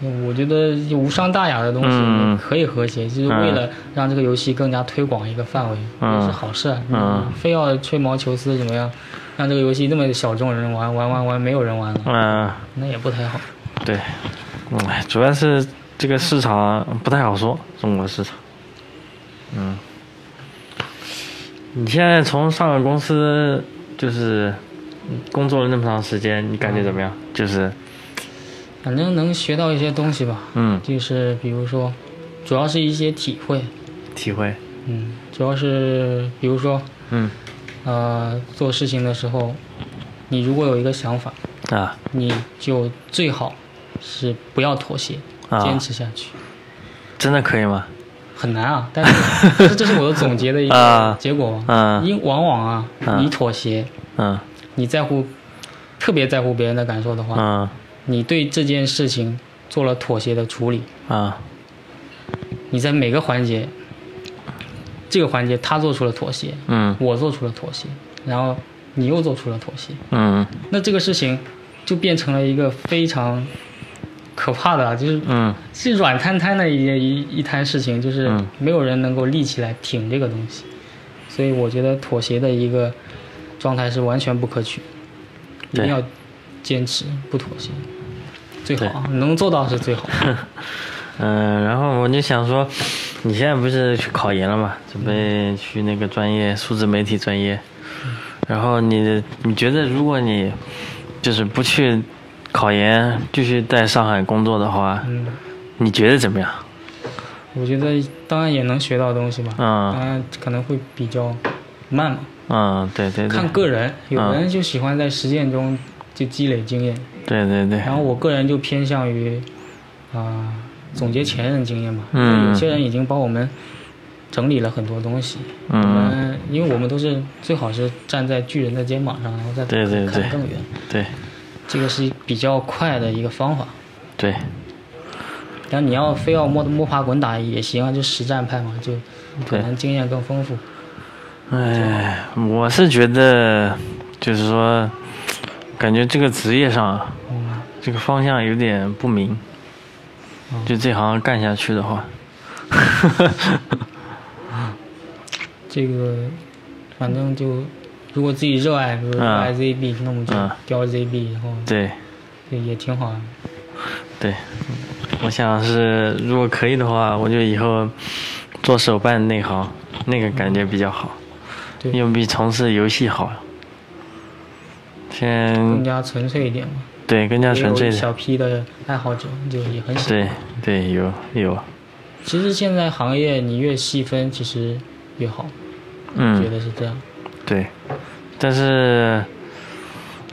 [SPEAKER 2] 嗯，
[SPEAKER 3] 我觉得无伤大雅的东
[SPEAKER 2] 嗯
[SPEAKER 3] 西可以和谐，就是为了让这个游戏更加推广一个范围，
[SPEAKER 2] 嗯
[SPEAKER 3] 也是好事啊。
[SPEAKER 2] 嗯
[SPEAKER 3] 你非要吹毛求疵怎么样？让这个游戏那么小众人玩玩玩玩，没有人玩了，
[SPEAKER 2] 嗯，
[SPEAKER 3] 那也不太好。
[SPEAKER 2] 对，嗯，主要是这个市场不太好说，中国市场。嗯，你现在从上个公司就是工作了那么长时间，你感觉怎么样？就是，
[SPEAKER 3] 反正能学到一些东西吧，
[SPEAKER 2] 嗯，
[SPEAKER 3] 就是比如说，主要是一些体会。
[SPEAKER 2] 体会，
[SPEAKER 3] 嗯，主要是比如说，
[SPEAKER 2] 嗯，
[SPEAKER 3] 呃，做事情的时候，你如果有一个想法，
[SPEAKER 2] 啊
[SPEAKER 3] 你就最好是不要妥协，
[SPEAKER 2] 啊
[SPEAKER 3] 坚，持下去。
[SPEAKER 2] 真的可以吗？
[SPEAKER 3] 很难啊，但是
[SPEAKER 2] *laughs*
[SPEAKER 3] 但是这是我的总结的一
[SPEAKER 2] 啊
[SPEAKER 3] 个结果嘛。
[SPEAKER 2] 嗯
[SPEAKER 3] 因往往啊，
[SPEAKER 2] 啊
[SPEAKER 3] 你妥协，
[SPEAKER 2] 嗯
[SPEAKER 3] 你在乎，特别在乎别人的感受的话，
[SPEAKER 2] 嗯
[SPEAKER 3] 你对这件事情做了妥协的处理，
[SPEAKER 2] 啊
[SPEAKER 3] 你在每个环节，这个环节他做出了妥协，
[SPEAKER 2] 嗯
[SPEAKER 3] 我做出了妥协，然后你又做出了妥协，
[SPEAKER 2] 嗯
[SPEAKER 3] 那这个事情就变成了一个非常可怕的啊，就是
[SPEAKER 2] 嗯
[SPEAKER 3] 是软摊摊的一一一摊事情，就是
[SPEAKER 2] 嗯
[SPEAKER 3] 没有人能够立起来挺这个东西，所以我觉得妥协的一个状态是完全不可取，一定
[SPEAKER 2] 对
[SPEAKER 3] 要坚持不妥协，最好啊能做到是最好。
[SPEAKER 2] *laughs* 嗯，然后我就想说，你现在不是去考研了嘛，准备去那个专业数字媒体专业，然后你的你觉得如果你就是不去考研，继续在上海工作的话，
[SPEAKER 3] 嗯，
[SPEAKER 2] 你觉得怎么样？
[SPEAKER 3] 我觉得当然也能学到东西吧，
[SPEAKER 2] 嗯
[SPEAKER 3] 当然可能会比较慢嘛，
[SPEAKER 2] 嗯，对对对
[SPEAKER 3] 看，个人，有
[SPEAKER 2] 嗯
[SPEAKER 3] 人就喜欢在实践中就积累经验，
[SPEAKER 2] 对对对，
[SPEAKER 3] 然后我个人就偏向于啊、总结前人经验嘛，
[SPEAKER 2] 嗯
[SPEAKER 3] 有些人已经帮我们整理了很多东西，我
[SPEAKER 2] 嗯，
[SPEAKER 3] 们因为我们都是最好是站在巨人的肩膀上，然后再
[SPEAKER 2] 对对对
[SPEAKER 3] 看更远，
[SPEAKER 2] 对
[SPEAKER 3] 这个是比较快的一个方法。
[SPEAKER 2] 对，
[SPEAKER 3] 但你要非要摸摸爬滚打也行啊，就实战派嘛，就可
[SPEAKER 2] 对
[SPEAKER 3] 能经验更丰富。
[SPEAKER 2] 哎，我是觉得就是说，感觉这个职业上啊
[SPEAKER 3] 嗯，
[SPEAKER 2] 这个方向有点不明，就这行干下去的
[SPEAKER 3] *laughs*
[SPEAKER 2] 话，
[SPEAKER 3] 这个反正就如果自己热爱，比如热
[SPEAKER 2] 啊
[SPEAKER 3] 爱 ZB，、那我们就
[SPEAKER 2] 嗯
[SPEAKER 3] 雕 ZB，然后
[SPEAKER 2] 对
[SPEAKER 3] 对也挺好啊。
[SPEAKER 2] 对，我想是如果可以的话，我就以后做手办那行，那个感觉比较好，
[SPEAKER 3] 对
[SPEAKER 2] 又比从事游戏好。
[SPEAKER 3] 更
[SPEAKER 2] 先
[SPEAKER 3] 加纯粹一点嘛。
[SPEAKER 2] 对更加
[SPEAKER 3] 也
[SPEAKER 2] 纯粹
[SPEAKER 3] 有
[SPEAKER 2] 的，
[SPEAKER 3] 小批的爱好者就也很少。
[SPEAKER 2] 对对有有，
[SPEAKER 3] 其实现在行业你越细分，其实越好，
[SPEAKER 2] 嗯
[SPEAKER 3] 觉。得是这样。
[SPEAKER 2] 对，但是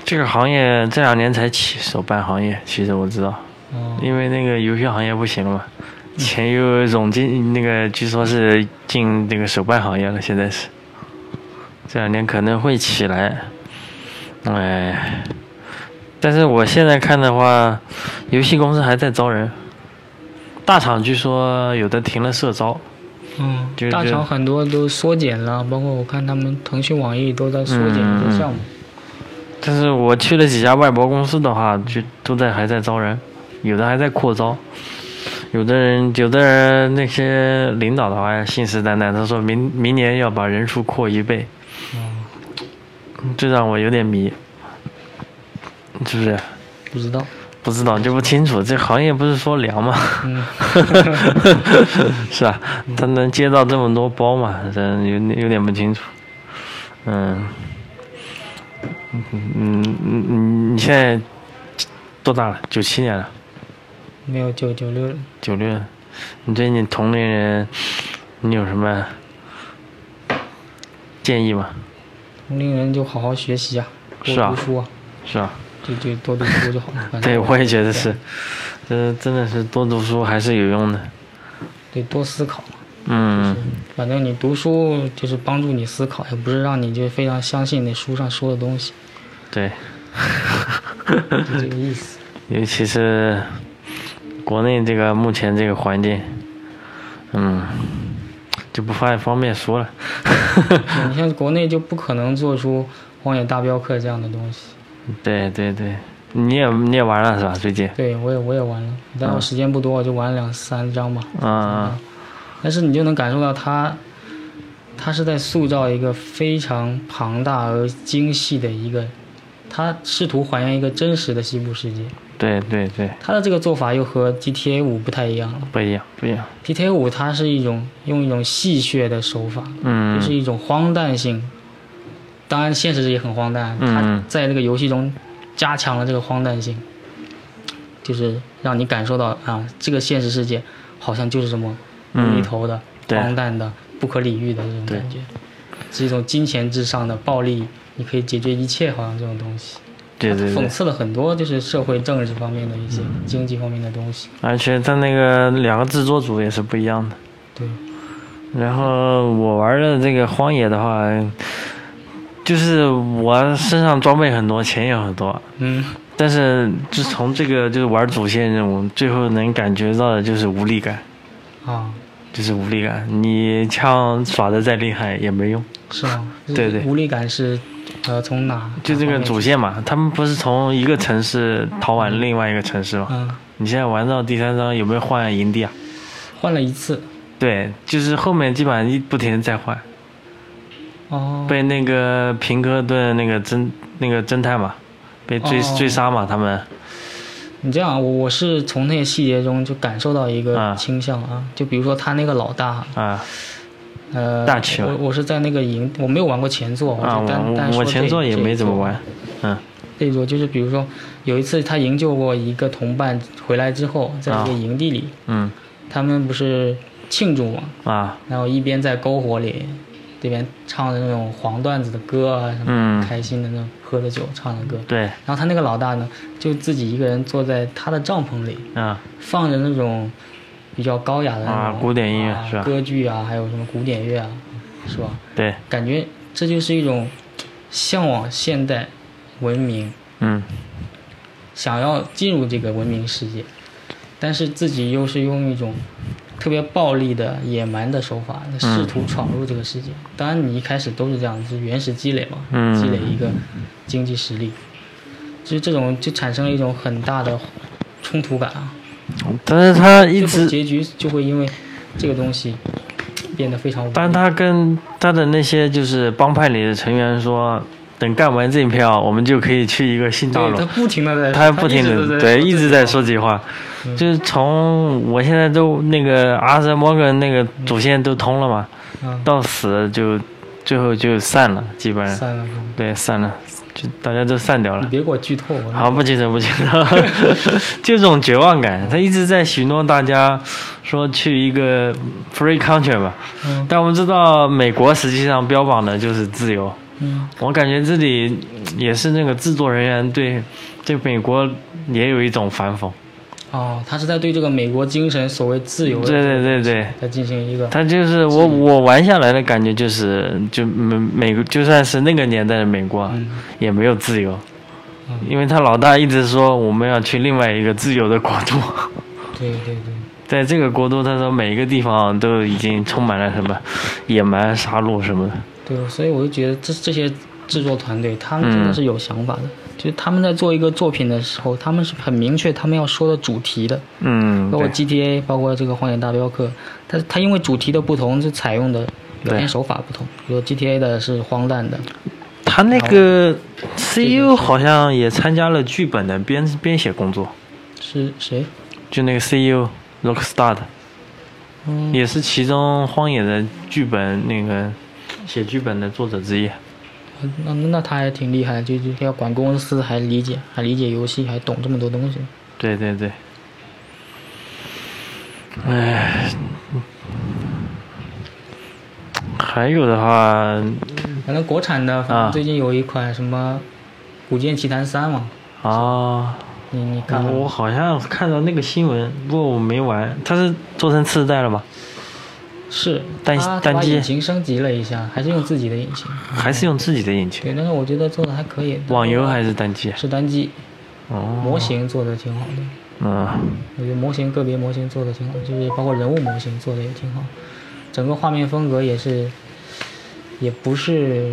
[SPEAKER 2] 这个行业这两年才起，手办行业其实我知道，
[SPEAKER 3] 哦，
[SPEAKER 2] 因为那个游戏行业不行了嘛，钱又涌进那个，据说是进那个手办行业了，现在是这两年可能会起来，哎，但是我现在看的话，游戏公司还在招人，大厂据说有的停了社招，
[SPEAKER 3] 嗯
[SPEAKER 2] 就，
[SPEAKER 3] 大
[SPEAKER 2] 就
[SPEAKER 3] 厂很多都缩减了，包括我看他们腾讯、网易都在缩减
[SPEAKER 2] 嗯
[SPEAKER 3] 一
[SPEAKER 2] 嗯
[SPEAKER 3] 些项目。
[SPEAKER 2] 但是我去了几家外包公司的话，就都在还在招人，有的还在扩招，有的人有的人那些领导的话信誓旦旦，他说明明年要把人数扩一倍，
[SPEAKER 3] 哦，
[SPEAKER 2] 这让我有点迷，是不是？
[SPEAKER 3] 不知道。
[SPEAKER 2] 不知道就不清楚，这行业不是说凉吗？
[SPEAKER 3] 嗯，
[SPEAKER 2] *laughs* 是吧？他能接到这么多包吗？真有点有点不清楚。嗯，嗯嗯嗯嗯，你现在多大了？九七年了，
[SPEAKER 3] 没有九九六了。
[SPEAKER 2] 九六。你对你同龄人，你有什么建议吗？
[SPEAKER 3] 同龄人就好好学习啊，多
[SPEAKER 2] 是啊
[SPEAKER 3] 读书啊，
[SPEAKER 2] 是吧？
[SPEAKER 3] 就就多读书就好了。反正
[SPEAKER 2] 对，我也觉得是，这真的是多读书还是有用的。
[SPEAKER 3] 对，多思考嘛。
[SPEAKER 2] 嗯，
[SPEAKER 3] 反正你读书就是帮助你思考，也不是让你就非常相信那书上说的东西，
[SPEAKER 2] 对。
[SPEAKER 3] 就这个意思。
[SPEAKER 2] 尤其是国内这个目前这个环境，嗯，就不太方便说了。 *laughs*
[SPEAKER 3] 对你像国内就不可能做出《荒野大镖客》这样的东西。
[SPEAKER 2] 对对对，你也你也玩了是吧？最近，
[SPEAKER 3] 对我也我也玩了，但我时间不多，我就玩了两三张吧。
[SPEAKER 2] 嗯
[SPEAKER 3] 但是你就能感受到它，它是在塑造一个非常庞大而精细的一个，它试图还原一个真实的西部世界。
[SPEAKER 2] 对对对，
[SPEAKER 3] 它的这个做法又和 GTA 五不太一样了。
[SPEAKER 2] 不一样不一样，
[SPEAKER 3] GTA 五它是一种用一种戏谑的手法，
[SPEAKER 2] 嗯
[SPEAKER 3] 就是一种荒诞性。当然，现实也很荒诞。
[SPEAKER 2] 嗯
[SPEAKER 3] 它在这个游戏中加强了这个荒诞性，就是让你感受到啊，这个现实世界好像就是这么无
[SPEAKER 2] 嗯
[SPEAKER 3] 厘头的、
[SPEAKER 2] 对
[SPEAKER 3] 荒诞的、不可理喻的这种
[SPEAKER 2] 对
[SPEAKER 3] 感觉，是一种金钱至上的暴力，你可以解决一切，好像这种东西。
[SPEAKER 2] 对对嗯
[SPEAKER 3] 讽
[SPEAKER 2] 对，
[SPEAKER 3] 刺了很多就是社会政治方面的一些、经济方面的东西。
[SPEAKER 2] 而且它那个两个制作组也是不一样的。
[SPEAKER 3] 对，
[SPEAKER 2] 然后我玩的这个荒野的话，就是我身上装备很多，钱也很多，
[SPEAKER 3] 嗯，
[SPEAKER 2] 但是自从这个就是玩主线任务，最后能感觉到的就是无力感，
[SPEAKER 3] 啊。
[SPEAKER 2] 就是无力感。你枪耍的再厉害也没用。
[SPEAKER 3] 是吗？
[SPEAKER 2] 对对
[SPEAKER 3] 无力感是，呃，从哪？
[SPEAKER 2] 就这个
[SPEAKER 3] 哪方
[SPEAKER 2] 主线嘛，他们不是从一个城市逃往另外一个城市嘛？
[SPEAKER 3] 面，嗯，
[SPEAKER 2] 你现在玩到第三章有没有换营地啊？
[SPEAKER 3] 换了一次，
[SPEAKER 2] 对，就是后面基本上一不停地在换。
[SPEAKER 3] 哦，
[SPEAKER 2] 被那个平克顿那个侦那个侦探嘛，被追、
[SPEAKER 3] 哦
[SPEAKER 2] 追杀嘛，他们
[SPEAKER 3] 你这样，我我是从那个细节中就感受到一个
[SPEAKER 2] 啊
[SPEAKER 3] 倾向啊，就比如说他那个老大，
[SPEAKER 2] 啊
[SPEAKER 3] 呃，
[SPEAKER 2] 大气了
[SPEAKER 3] 我我是在那个营，我没有玩过前作，
[SPEAKER 2] 啊，
[SPEAKER 3] 哦就单、单
[SPEAKER 2] 我
[SPEAKER 3] 说
[SPEAKER 2] 我前
[SPEAKER 3] 这
[SPEAKER 2] 作也
[SPEAKER 3] 这一
[SPEAKER 2] 没怎么
[SPEAKER 3] 座
[SPEAKER 2] 玩，嗯
[SPEAKER 3] 这一桌就是比如说有一次他营救过一个同伴回来之后，在一个
[SPEAKER 2] 啊
[SPEAKER 3] 营地里，
[SPEAKER 2] 嗯
[SPEAKER 3] 他们不是庆祝嘛，
[SPEAKER 2] 啊
[SPEAKER 3] 然后一边在篝火里，这边唱的那种黄段子的歌啊，什么、
[SPEAKER 2] 嗯，
[SPEAKER 3] 开心的那种喝着酒唱的歌。
[SPEAKER 2] 对
[SPEAKER 3] 然后他那个老大呢，就自己一个人坐在他的帐篷里，
[SPEAKER 2] 啊
[SPEAKER 3] 放着那种比较高雅的那
[SPEAKER 2] 啊
[SPEAKER 3] 种、
[SPEAKER 2] 古典音乐
[SPEAKER 3] 啊
[SPEAKER 2] 是吧
[SPEAKER 3] 歌剧啊，还有什么古典乐啊，是吧？
[SPEAKER 2] 对
[SPEAKER 3] 感觉这就是一种向往现代文明，
[SPEAKER 2] 嗯
[SPEAKER 3] 想要进入这个文明世界，但是自己又是用一种特别暴力的、野蛮的手法，试图闯入这个世界。当然，你一开始都是这样，就是原始积累嘛，
[SPEAKER 2] 嗯
[SPEAKER 3] 积累一个经济实力，就是这种就产生了一种很大的冲突感啊。
[SPEAKER 2] 但是他一
[SPEAKER 3] 最后
[SPEAKER 2] 直
[SPEAKER 3] 结局就会因为这个东西变得非常无
[SPEAKER 2] 但
[SPEAKER 3] 力
[SPEAKER 2] 他跟他的那些就是帮派里的成员说，等干完这一票，我们就可以去一个新大
[SPEAKER 3] 对他
[SPEAKER 2] 陆。
[SPEAKER 3] 不停的在，
[SPEAKER 2] 他不停的
[SPEAKER 3] 的
[SPEAKER 2] 对一直在说这句嗯话，就是从我现在都那个阿瑟摩根那个主线都通了嘛，
[SPEAKER 3] 嗯
[SPEAKER 2] 到死就最后就散了，基本上
[SPEAKER 3] 算了，
[SPEAKER 2] 对散了，就大家都散掉
[SPEAKER 3] 你
[SPEAKER 2] 了。
[SPEAKER 3] 别给我剧透，啊我
[SPEAKER 2] 好，不记得不记得， *laughs* 就这种绝望感，他一直在许诺大家说去一个 free country 吧，
[SPEAKER 3] 嗯
[SPEAKER 2] 但我们知道，美国实际上标榜的就是自由。
[SPEAKER 3] 嗯
[SPEAKER 2] 我感觉这里嗯也是那个制作人员对对美国也有一种反讽。
[SPEAKER 3] 哦，他是在对这个美国精神所谓自由
[SPEAKER 2] 对
[SPEAKER 3] 的
[SPEAKER 2] 对对对，
[SPEAKER 3] 在进行一个
[SPEAKER 2] 他就是我我玩下来的感觉就是，就美美国就算是那个年代的美国啊
[SPEAKER 3] 嗯
[SPEAKER 2] 也没有自由
[SPEAKER 3] 嗯，
[SPEAKER 2] 因为他老大一直说我们要去另外一个自由的国度， *laughs*
[SPEAKER 3] 对对对，
[SPEAKER 2] 在这个国度，他说每一个地方都已经充满了什么野蛮、杀戮什么的。
[SPEAKER 3] 对，所以我就觉得这这些制作团队，他们真的
[SPEAKER 2] 嗯
[SPEAKER 3] 是有想法的。就是他们在做一个作品的时候，他们是很明确他们要说的主题的，
[SPEAKER 2] 嗯，
[SPEAKER 3] 包括
[SPEAKER 2] 对
[SPEAKER 3] GTA，包括这个《荒野大镖客》，但是它因为主题的不同，是采用的表现
[SPEAKER 2] 对
[SPEAKER 3] 手法不同。比如说 GTA 的是荒诞的，
[SPEAKER 2] 他那个 CEO
[SPEAKER 3] 是
[SPEAKER 2] 好像也参加了剧本的编编写工作，
[SPEAKER 3] 是谁？
[SPEAKER 2] 就那个 CEO Rockstar 的，
[SPEAKER 3] 嗯，
[SPEAKER 2] 也是其中《荒野》的剧本那个写剧本的作者之一。
[SPEAKER 3] 呃那那他还挺厉害，就就要管公司，还理解，还理解游戏，还懂这么多东西。
[SPEAKER 2] 对对对。唉，还有的话，
[SPEAKER 3] 反正国产的，反正
[SPEAKER 2] 啊
[SPEAKER 3] 最近有一款什么《古剑奇谭三》嘛，
[SPEAKER 2] 啊，
[SPEAKER 3] 你你看了吗
[SPEAKER 2] 我好像看到那个新闻，不过我没玩，它是做成次世代了吧？
[SPEAKER 3] 是
[SPEAKER 2] 单
[SPEAKER 3] 它
[SPEAKER 2] 单
[SPEAKER 3] 把
[SPEAKER 2] 机
[SPEAKER 3] 引擎升级了一下，还是用自己的引擎。
[SPEAKER 2] 还是用自己的引擎？
[SPEAKER 3] 对，但是我觉得做的还可以。
[SPEAKER 2] 网游还是单机？
[SPEAKER 3] 是单机，
[SPEAKER 2] 哦，
[SPEAKER 3] 模型做的挺好的。
[SPEAKER 2] 嗯。
[SPEAKER 3] 我觉得模型个别模型做的挺好，就是包括人物模型做的也挺好，整个画面风格也是，也不是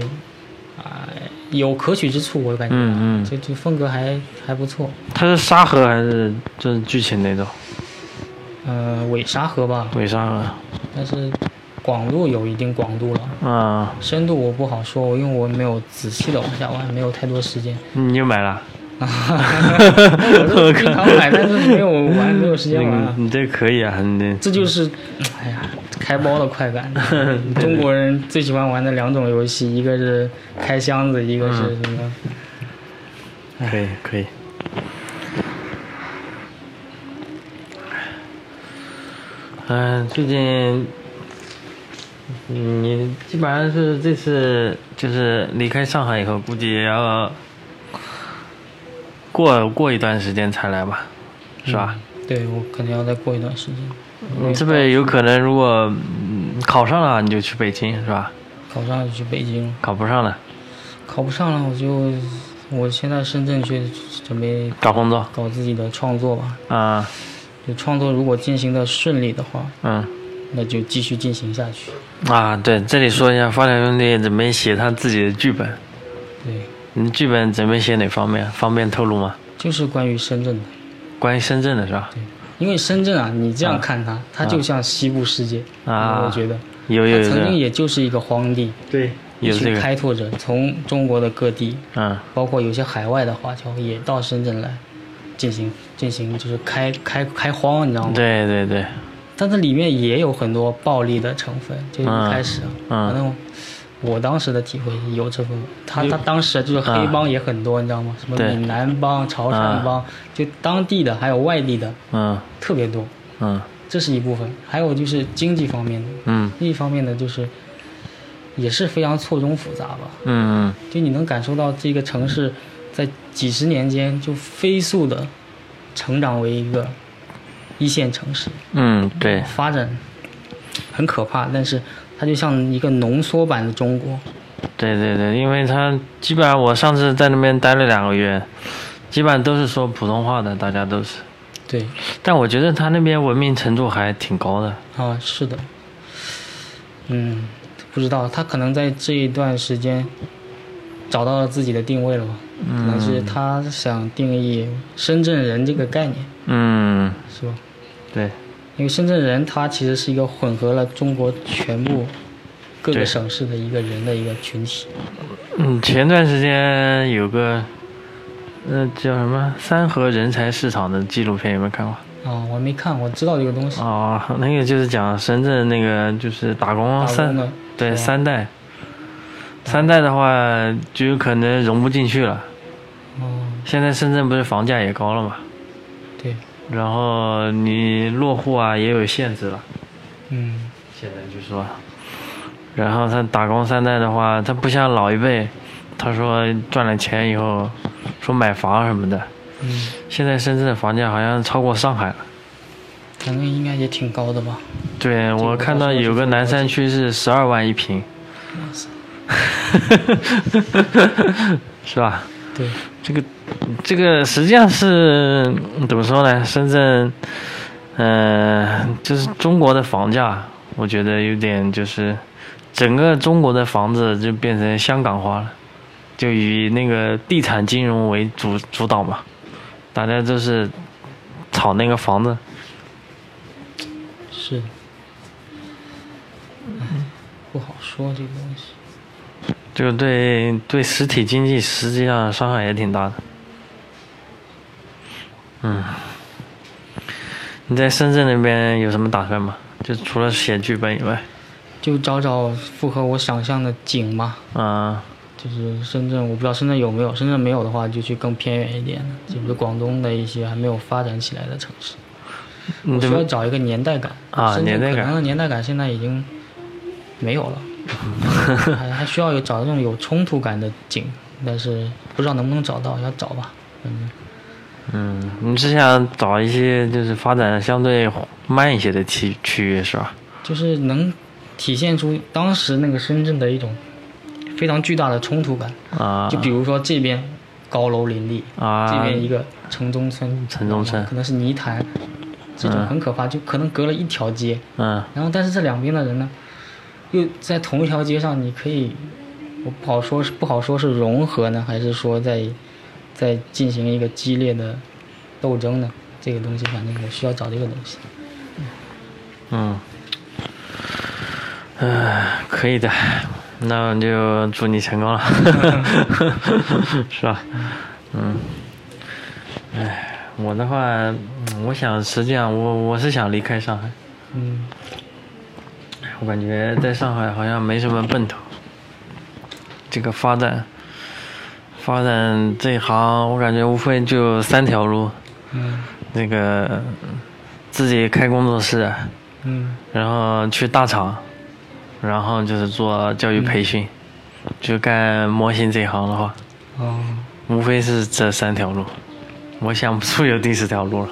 [SPEAKER 3] 啊、有可取之处，我感觉。
[SPEAKER 2] 嗯嗯，
[SPEAKER 3] 这这风格还还不错，
[SPEAKER 2] 它是沙盒还是就是剧情那种？
[SPEAKER 3] 呃，伪沙盒吧，
[SPEAKER 2] 伪沙盒。
[SPEAKER 3] 但是广度有一定广度了，
[SPEAKER 2] 啊、
[SPEAKER 3] 深度我不好说，因为我没有仔细的往下玩，没有太多时间。
[SPEAKER 2] 你就买了？
[SPEAKER 3] 我是经常买，但是没有玩，没有时间玩
[SPEAKER 2] 那
[SPEAKER 3] 啊。
[SPEAKER 2] 你这可以啊，你
[SPEAKER 3] 这就是，哎呀，开包的快感。中国人最喜欢玩的两种游戏，一个是开箱子，一个是什么？
[SPEAKER 2] 可以可以。嗯、最近嗯你基本上是这次就是离开上海以后，估计也要过过一段时间才来吧，是吧？
[SPEAKER 3] 对我可能要再过一段时间。
[SPEAKER 2] 你嗯这边有可能，如果嗯考上了，你就去北京是吧？
[SPEAKER 3] 考上就去北京了，
[SPEAKER 2] 考不上了，
[SPEAKER 3] 考不上了我就，我现在深圳去准备
[SPEAKER 2] 找工作
[SPEAKER 3] 搞自己的创作吧。
[SPEAKER 2] 啊，
[SPEAKER 3] 就创作如果进行的顺利的话，
[SPEAKER 2] 嗯
[SPEAKER 3] 那就继续进行下去。
[SPEAKER 2] 啊，对，这里说一下，发条兄弟准备写他自己的剧本，
[SPEAKER 3] 对，
[SPEAKER 2] 你剧本准备写哪方面？方便透露吗？
[SPEAKER 3] 就是关于深圳的，
[SPEAKER 2] 关于深圳的是吧？
[SPEAKER 3] 因为深圳啊，你这样
[SPEAKER 2] 啊
[SPEAKER 3] 看它，它就像西部世界，
[SPEAKER 2] 啊
[SPEAKER 3] 我觉得。
[SPEAKER 2] 有有
[SPEAKER 3] 它
[SPEAKER 2] 有
[SPEAKER 3] 曾经
[SPEAKER 2] 有，
[SPEAKER 3] 也就是一个荒地，
[SPEAKER 2] 对，有这
[SPEAKER 3] 群
[SPEAKER 2] 个，
[SPEAKER 3] 开拓者从中国的各地，
[SPEAKER 2] 嗯
[SPEAKER 3] 包括有些海外的华侨也到深圳来进行进行就是开开开荒，你知道吗？
[SPEAKER 2] 对对对，
[SPEAKER 3] 但这里面也有很多暴力的成分，就是
[SPEAKER 2] 嗯
[SPEAKER 3] 一开始啊，
[SPEAKER 2] 嗯
[SPEAKER 3] 反正我当时的体会有这部分。他
[SPEAKER 2] 有
[SPEAKER 3] 他当时就是黑帮也很多，你知道吗？什么
[SPEAKER 2] 对啊
[SPEAKER 3] 闽南帮、潮汕帮，就当地的还有外地的
[SPEAKER 2] 嗯
[SPEAKER 3] 特别多，
[SPEAKER 2] 嗯
[SPEAKER 3] 这是一部分。还有就是经济方面的，
[SPEAKER 2] 嗯
[SPEAKER 3] 另一方面呢就是也是非常错综复杂吧。
[SPEAKER 2] 嗯
[SPEAKER 3] 就你能感受到这个城市在几十年间就飞速的成长为一个一线城市，
[SPEAKER 2] 嗯，对，
[SPEAKER 3] 发展很可怕，但是它就像一个浓缩版的中国，
[SPEAKER 2] 对对对，因为他基本上我上次在那边待了两个月，基本上都是说普通话的，大家都是。
[SPEAKER 3] 对，
[SPEAKER 2] 但我觉得他那边文明程度还挺高的。
[SPEAKER 3] 啊，是的，嗯，不知道他可能在这一段时间找到了自己的定位了吧？可能是他想定义深圳人这个概念，
[SPEAKER 2] 嗯，
[SPEAKER 3] 是吧？
[SPEAKER 2] 对，
[SPEAKER 3] 因为深圳人他其实是一个混合了中国全部各
[SPEAKER 2] 对
[SPEAKER 3] 个省市的一个人的一个群体。
[SPEAKER 2] 嗯，前段时间有个，呃，叫什么三河人才市场的纪录片，有没有看过？
[SPEAKER 3] 啊，我还没看，我知道这个东西。
[SPEAKER 2] 哦，那个就是讲深圳那个就是打工
[SPEAKER 3] 打
[SPEAKER 2] 三
[SPEAKER 3] 工的，嗯
[SPEAKER 2] 对
[SPEAKER 3] 是吧
[SPEAKER 2] 三代，三代的话就有可能融不进去了。
[SPEAKER 3] 哦，
[SPEAKER 2] 现在深圳不是房价也高了嘛，
[SPEAKER 3] 对，
[SPEAKER 2] 然后你落户啊也有限制了，
[SPEAKER 3] 嗯，
[SPEAKER 2] 现在就说，然后他打工三代的话，他不像老一辈，他说赚了钱以后说买房什么的，
[SPEAKER 3] 嗯，
[SPEAKER 2] 现在深圳的房价好像超过上海了。
[SPEAKER 3] 反正应该也挺高的吧？
[SPEAKER 2] 对我看到有个南山区是十二万一平，
[SPEAKER 3] 哇塞，
[SPEAKER 2] *laughs* 是吧？
[SPEAKER 3] 对，
[SPEAKER 2] 这个这个实际上是嗯怎么说呢？深圳，呃，就是中国的房价，我觉得有点就是整个中国的房子就变成香港化了，就以那个地产金融为主主导嘛，大家都是炒那个房子。
[SPEAKER 3] 是的。唉不好说这个东西。
[SPEAKER 2] 就对对实体经济实际上伤害也挺大的。嗯，你在深圳那边有什么打算吗？就除了写剧本以外，
[SPEAKER 3] 就找找符合我想象的景嘛，
[SPEAKER 2] 啊、
[SPEAKER 3] 就是深圳，我不知道深圳有没有，深圳没有的话就去更偏远一点的，就比如广东的一些还没有发展起来的城市。
[SPEAKER 2] 你
[SPEAKER 3] 我
[SPEAKER 2] 怎
[SPEAKER 3] 需要
[SPEAKER 2] 么
[SPEAKER 3] 找一个年代感
[SPEAKER 2] 嗯啊
[SPEAKER 3] 深圳
[SPEAKER 2] 年代感
[SPEAKER 3] 可能的年代感现在已经没有
[SPEAKER 2] *laughs*
[SPEAKER 3] 了，还还需要有找那种有冲突感的景，但是不知道能不能找到，要找吧。嗯，
[SPEAKER 2] 嗯，你是想找一些就是发展相对慢一些的区区域是吧？
[SPEAKER 3] 就是能体现出当时那个深圳的一种非常巨大的冲突感。
[SPEAKER 2] 啊、
[SPEAKER 3] 就比如说这边高楼林立，
[SPEAKER 2] 啊，
[SPEAKER 3] 这边一个城中村，
[SPEAKER 2] 城中村
[SPEAKER 3] 可能是泥潭，这种
[SPEAKER 2] 嗯
[SPEAKER 3] 很可怕，就可能隔了一条街。
[SPEAKER 2] 嗯
[SPEAKER 3] 然后但是这两边的人呢，又在同一条街上，你可以，我不好说是不好说是融合呢，还是说在在进行一个激烈的斗争呢？这个东西，反正我需要找这个东西。
[SPEAKER 2] 嗯，唉、可以的，那我就祝你成功了，是吧？嗯，唉，我的话，嗯我想实际上我我是想离开上海，
[SPEAKER 3] 嗯，
[SPEAKER 2] 我感觉在上海好像没什么奔头，这个发展发展这一行，我感觉无非就三条路，
[SPEAKER 3] 嗯
[SPEAKER 2] 那个自己开工作室。啊
[SPEAKER 3] 嗯
[SPEAKER 2] 然后去大厂，然后就是做教育培训，就干模型这一行的话，
[SPEAKER 3] 哦，
[SPEAKER 2] 无非是这三条路，我想不出有第四条路了。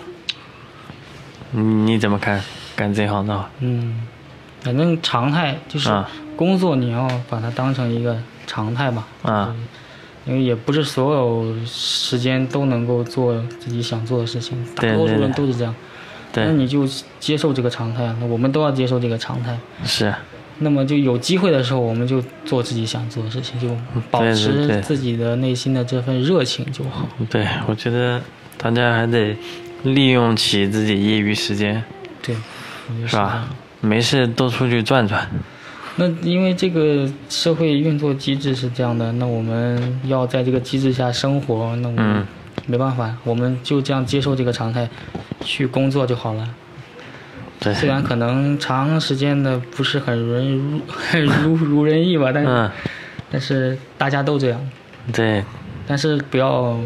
[SPEAKER 2] 你你怎么看？干这一行的话，
[SPEAKER 3] 嗯，反正常态就是
[SPEAKER 2] 啊
[SPEAKER 3] 工作，你要把它当成一个常态吧。
[SPEAKER 2] 啊
[SPEAKER 3] 因为也不是所有时间都能够做自己想做的事情，大
[SPEAKER 2] 对
[SPEAKER 3] 多数
[SPEAKER 2] 对
[SPEAKER 3] 人
[SPEAKER 2] 对
[SPEAKER 3] 都是这样。那
[SPEAKER 2] 对，
[SPEAKER 3] 你就接受这个常态啊，那我们都要接受这个常态。啊
[SPEAKER 2] 是，啊
[SPEAKER 3] 那么就有机会的时候，我们就做自己想做的事情，就保
[SPEAKER 2] 对对对
[SPEAKER 3] 持自己的内心的这份热情就好。
[SPEAKER 2] 对我觉得大家还得利用起自己业余时间，
[SPEAKER 3] 对，我觉得
[SPEAKER 2] 是
[SPEAKER 3] 这样
[SPEAKER 2] 吧？没事多出去转转，
[SPEAKER 3] 那因为这个社会运作机制是这样的，那我们要在这个机制下生活，那我们
[SPEAKER 2] 嗯
[SPEAKER 3] 没办法，我们就这样接受这个常态，去工作就好了。
[SPEAKER 2] 对，
[SPEAKER 3] 虽然可能长时间的不是很如人如 *laughs* 很如如人意吧，但是、
[SPEAKER 2] 嗯，
[SPEAKER 3] 但是大家都这样，
[SPEAKER 2] 对，
[SPEAKER 3] 但是不要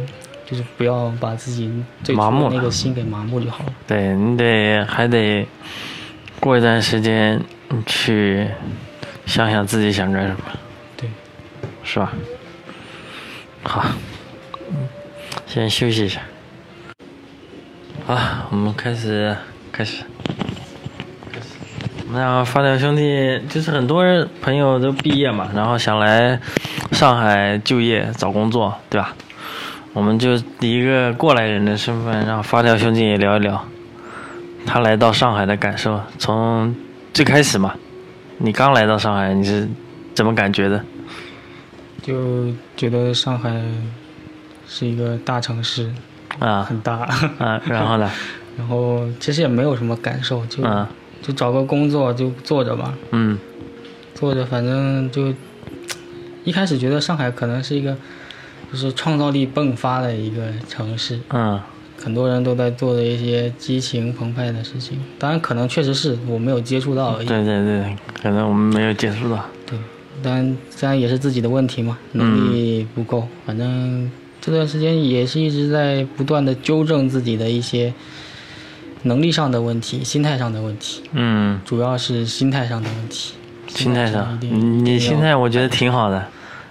[SPEAKER 3] 就是不要把自己最初
[SPEAKER 2] 麻木
[SPEAKER 3] 的
[SPEAKER 2] 了
[SPEAKER 3] 那个心给麻木就好了。
[SPEAKER 2] 对你得还得过一段时间你去想想自己想干什么，
[SPEAKER 3] 对，
[SPEAKER 2] 是吧？好，嗯先休息一下。好，我们开始，开始。我们俩发条兄弟就是很多朋友都毕业嘛，然后想来上海就业找工作，对吧？我们就以一个过来人的身份，让发条兄弟也聊一聊他来到上海的感受。从最开始嘛，你刚来到上海，你是怎么感觉的？
[SPEAKER 3] 就觉得上海是一个大城市，
[SPEAKER 2] 啊
[SPEAKER 3] 很大，
[SPEAKER 2] 啊，然后呢？
[SPEAKER 3] 然后其实也没有什么感受，就、
[SPEAKER 2] 嗯
[SPEAKER 3] 就找个工作就做着吧，
[SPEAKER 2] 嗯
[SPEAKER 3] 做着反正就一开始觉得上海可能是一个就是创造力迸发的一个城市，
[SPEAKER 2] 嗯
[SPEAKER 3] 很多人都在做的一些激情澎湃的事情，当然可能确实是我没有接触到而
[SPEAKER 2] 对对
[SPEAKER 3] 已，
[SPEAKER 2] 对，可能我们没有接触到。
[SPEAKER 3] 对，但当然也是自己的问题嘛，能力不够。反
[SPEAKER 2] 嗯
[SPEAKER 3] 正这段时间也是一直在不断的纠正自己的一些能力上的问题、心态上的问题，
[SPEAKER 2] 嗯，
[SPEAKER 3] 主要是心态上的问题。
[SPEAKER 2] 心态上
[SPEAKER 3] 一，定
[SPEAKER 2] 你心，
[SPEAKER 3] 一定要
[SPEAKER 2] 态我觉得挺好的。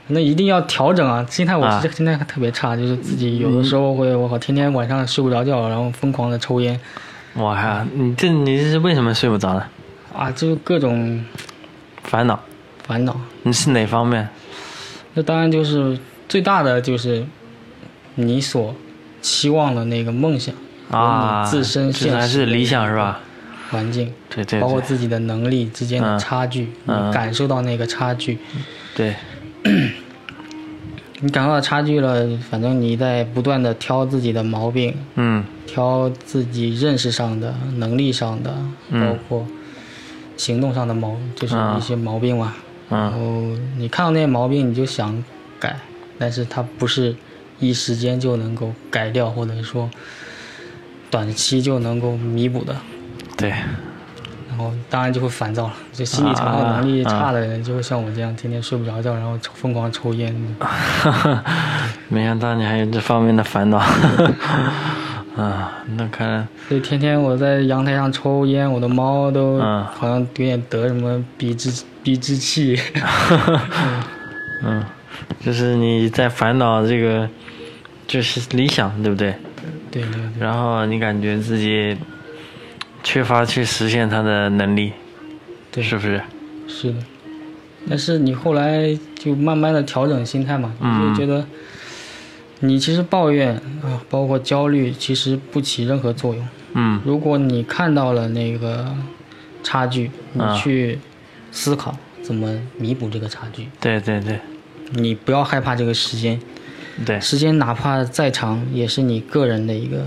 [SPEAKER 3] 那一定要调整啊！心态我
[SPEAKER 2] 啊
[SPEAKER 3] 这个心态特别差，就是自己有的时候会，我靠，天天晚上睡不着觉，然后疯狂的抽烟
[SPEAKER 2] 我靠，你这你是为什么睡不着呢？
[SPEAKER 3] 啊，就各种
[SPEAKER 2] 烦恼？
[SPEAKER 3] 烦恼。
[SPEAKER 2] 你是哪方面？
[SPEAKER 3] 那当然就是最大的就是你所期望的那个梦想
[SPEAKER 2] 啊，
[SPEAKER 3] 和你自身
[SPEAKER 2] 这
[SPEAKER 3] 现
[SPEAKER 2] 还
[SPEAKER 3] 实
[SPEAKER 2] 是
[SPEAKER 3] 的
[SPEAKER 2] 理想是吧？
[SPEAKER 3] 环境，
[SPEAKER 2] 对对
[SPEAKER 3] 包括
[SPEAKER 2] 对
[SPEAKER 3] 自己的能力之间的
[SPEAKER 2] 嗯
[SPEAKER 3] 差距，
[SPEAKER 2] 嗯
[SPEAKER 3] 你感受到那个差距，
[SPEAKER 2] 对，
[SPEAKER 3] 你感受到差距了，反正你在不断的挑自己的毛病，
[SPEAKER 2] 嗯
[SPEAKER 3] 挑自己认识上的、能力上的，
[SPEAKER 2] 嗯
[SPEAKER 3] 包括行动上的毛，就是
[SPEAKER 2] 啊
[SPEAKER 3] 一些毛病嘛。然
[SPEAKER 2] 嗯
[SPEAKER 3] 后你看到那些毛病，你就想改，但是它不是一时间就能够改掉，或者说短期就能够弥补的。
[SPEAKER 2] 对， *laughs*
[SPEAKER 3] 然后当然就会烦躁了。就心理承受能力差的人，就会像我这样，天天睡不着觉，然后抽疯狂抽烟。
[SPEAKER 2] 没想到你还有这方面的烦恼， *laughs* 啊，那看来
[SPEAKER 3] 所以天天我在阳台上抽烟，我的猫都
[SPEAKER 2] 嗯
[SPEAKER 3] 好像有点得什么鼻支鼻支
[SPEAKER 2] *laughs*
[SPEAKER 3] 气。
[SPEAKER 2] 嗯，就是你在烦恼这个，就是理想，对不对？
[SPEAKER 3] 对对对，
[SPEAKER 2] 然后你感觉自己缺乏去实现它的能力，
[SPEAKER 3] 对
[SPEAKER 2] 是不是？
[SPEAKER 3] 是的。但是你后来就慢慢的调整心态嘛，
[SPEAKER 2] 嗯
[SPEAKER 3] 你就觉得，你其实抱怨啊，包括焦虑，其实不起任何作用。
[SPEAKER 2] 嗯
[SPEAKER 3] 如果你看到了那个差距，你
[SPEAKER 2] 啊
[SPEAKER 3] 去思考怎么弥补这个差距。
[SPEAKER 2] 对对对
[SPEAKER 3] 你不要害怕这个时间，
[SPEAKER 2] 对，
[SPEAKER 3] 时间哪怕再长，也是你个人的一个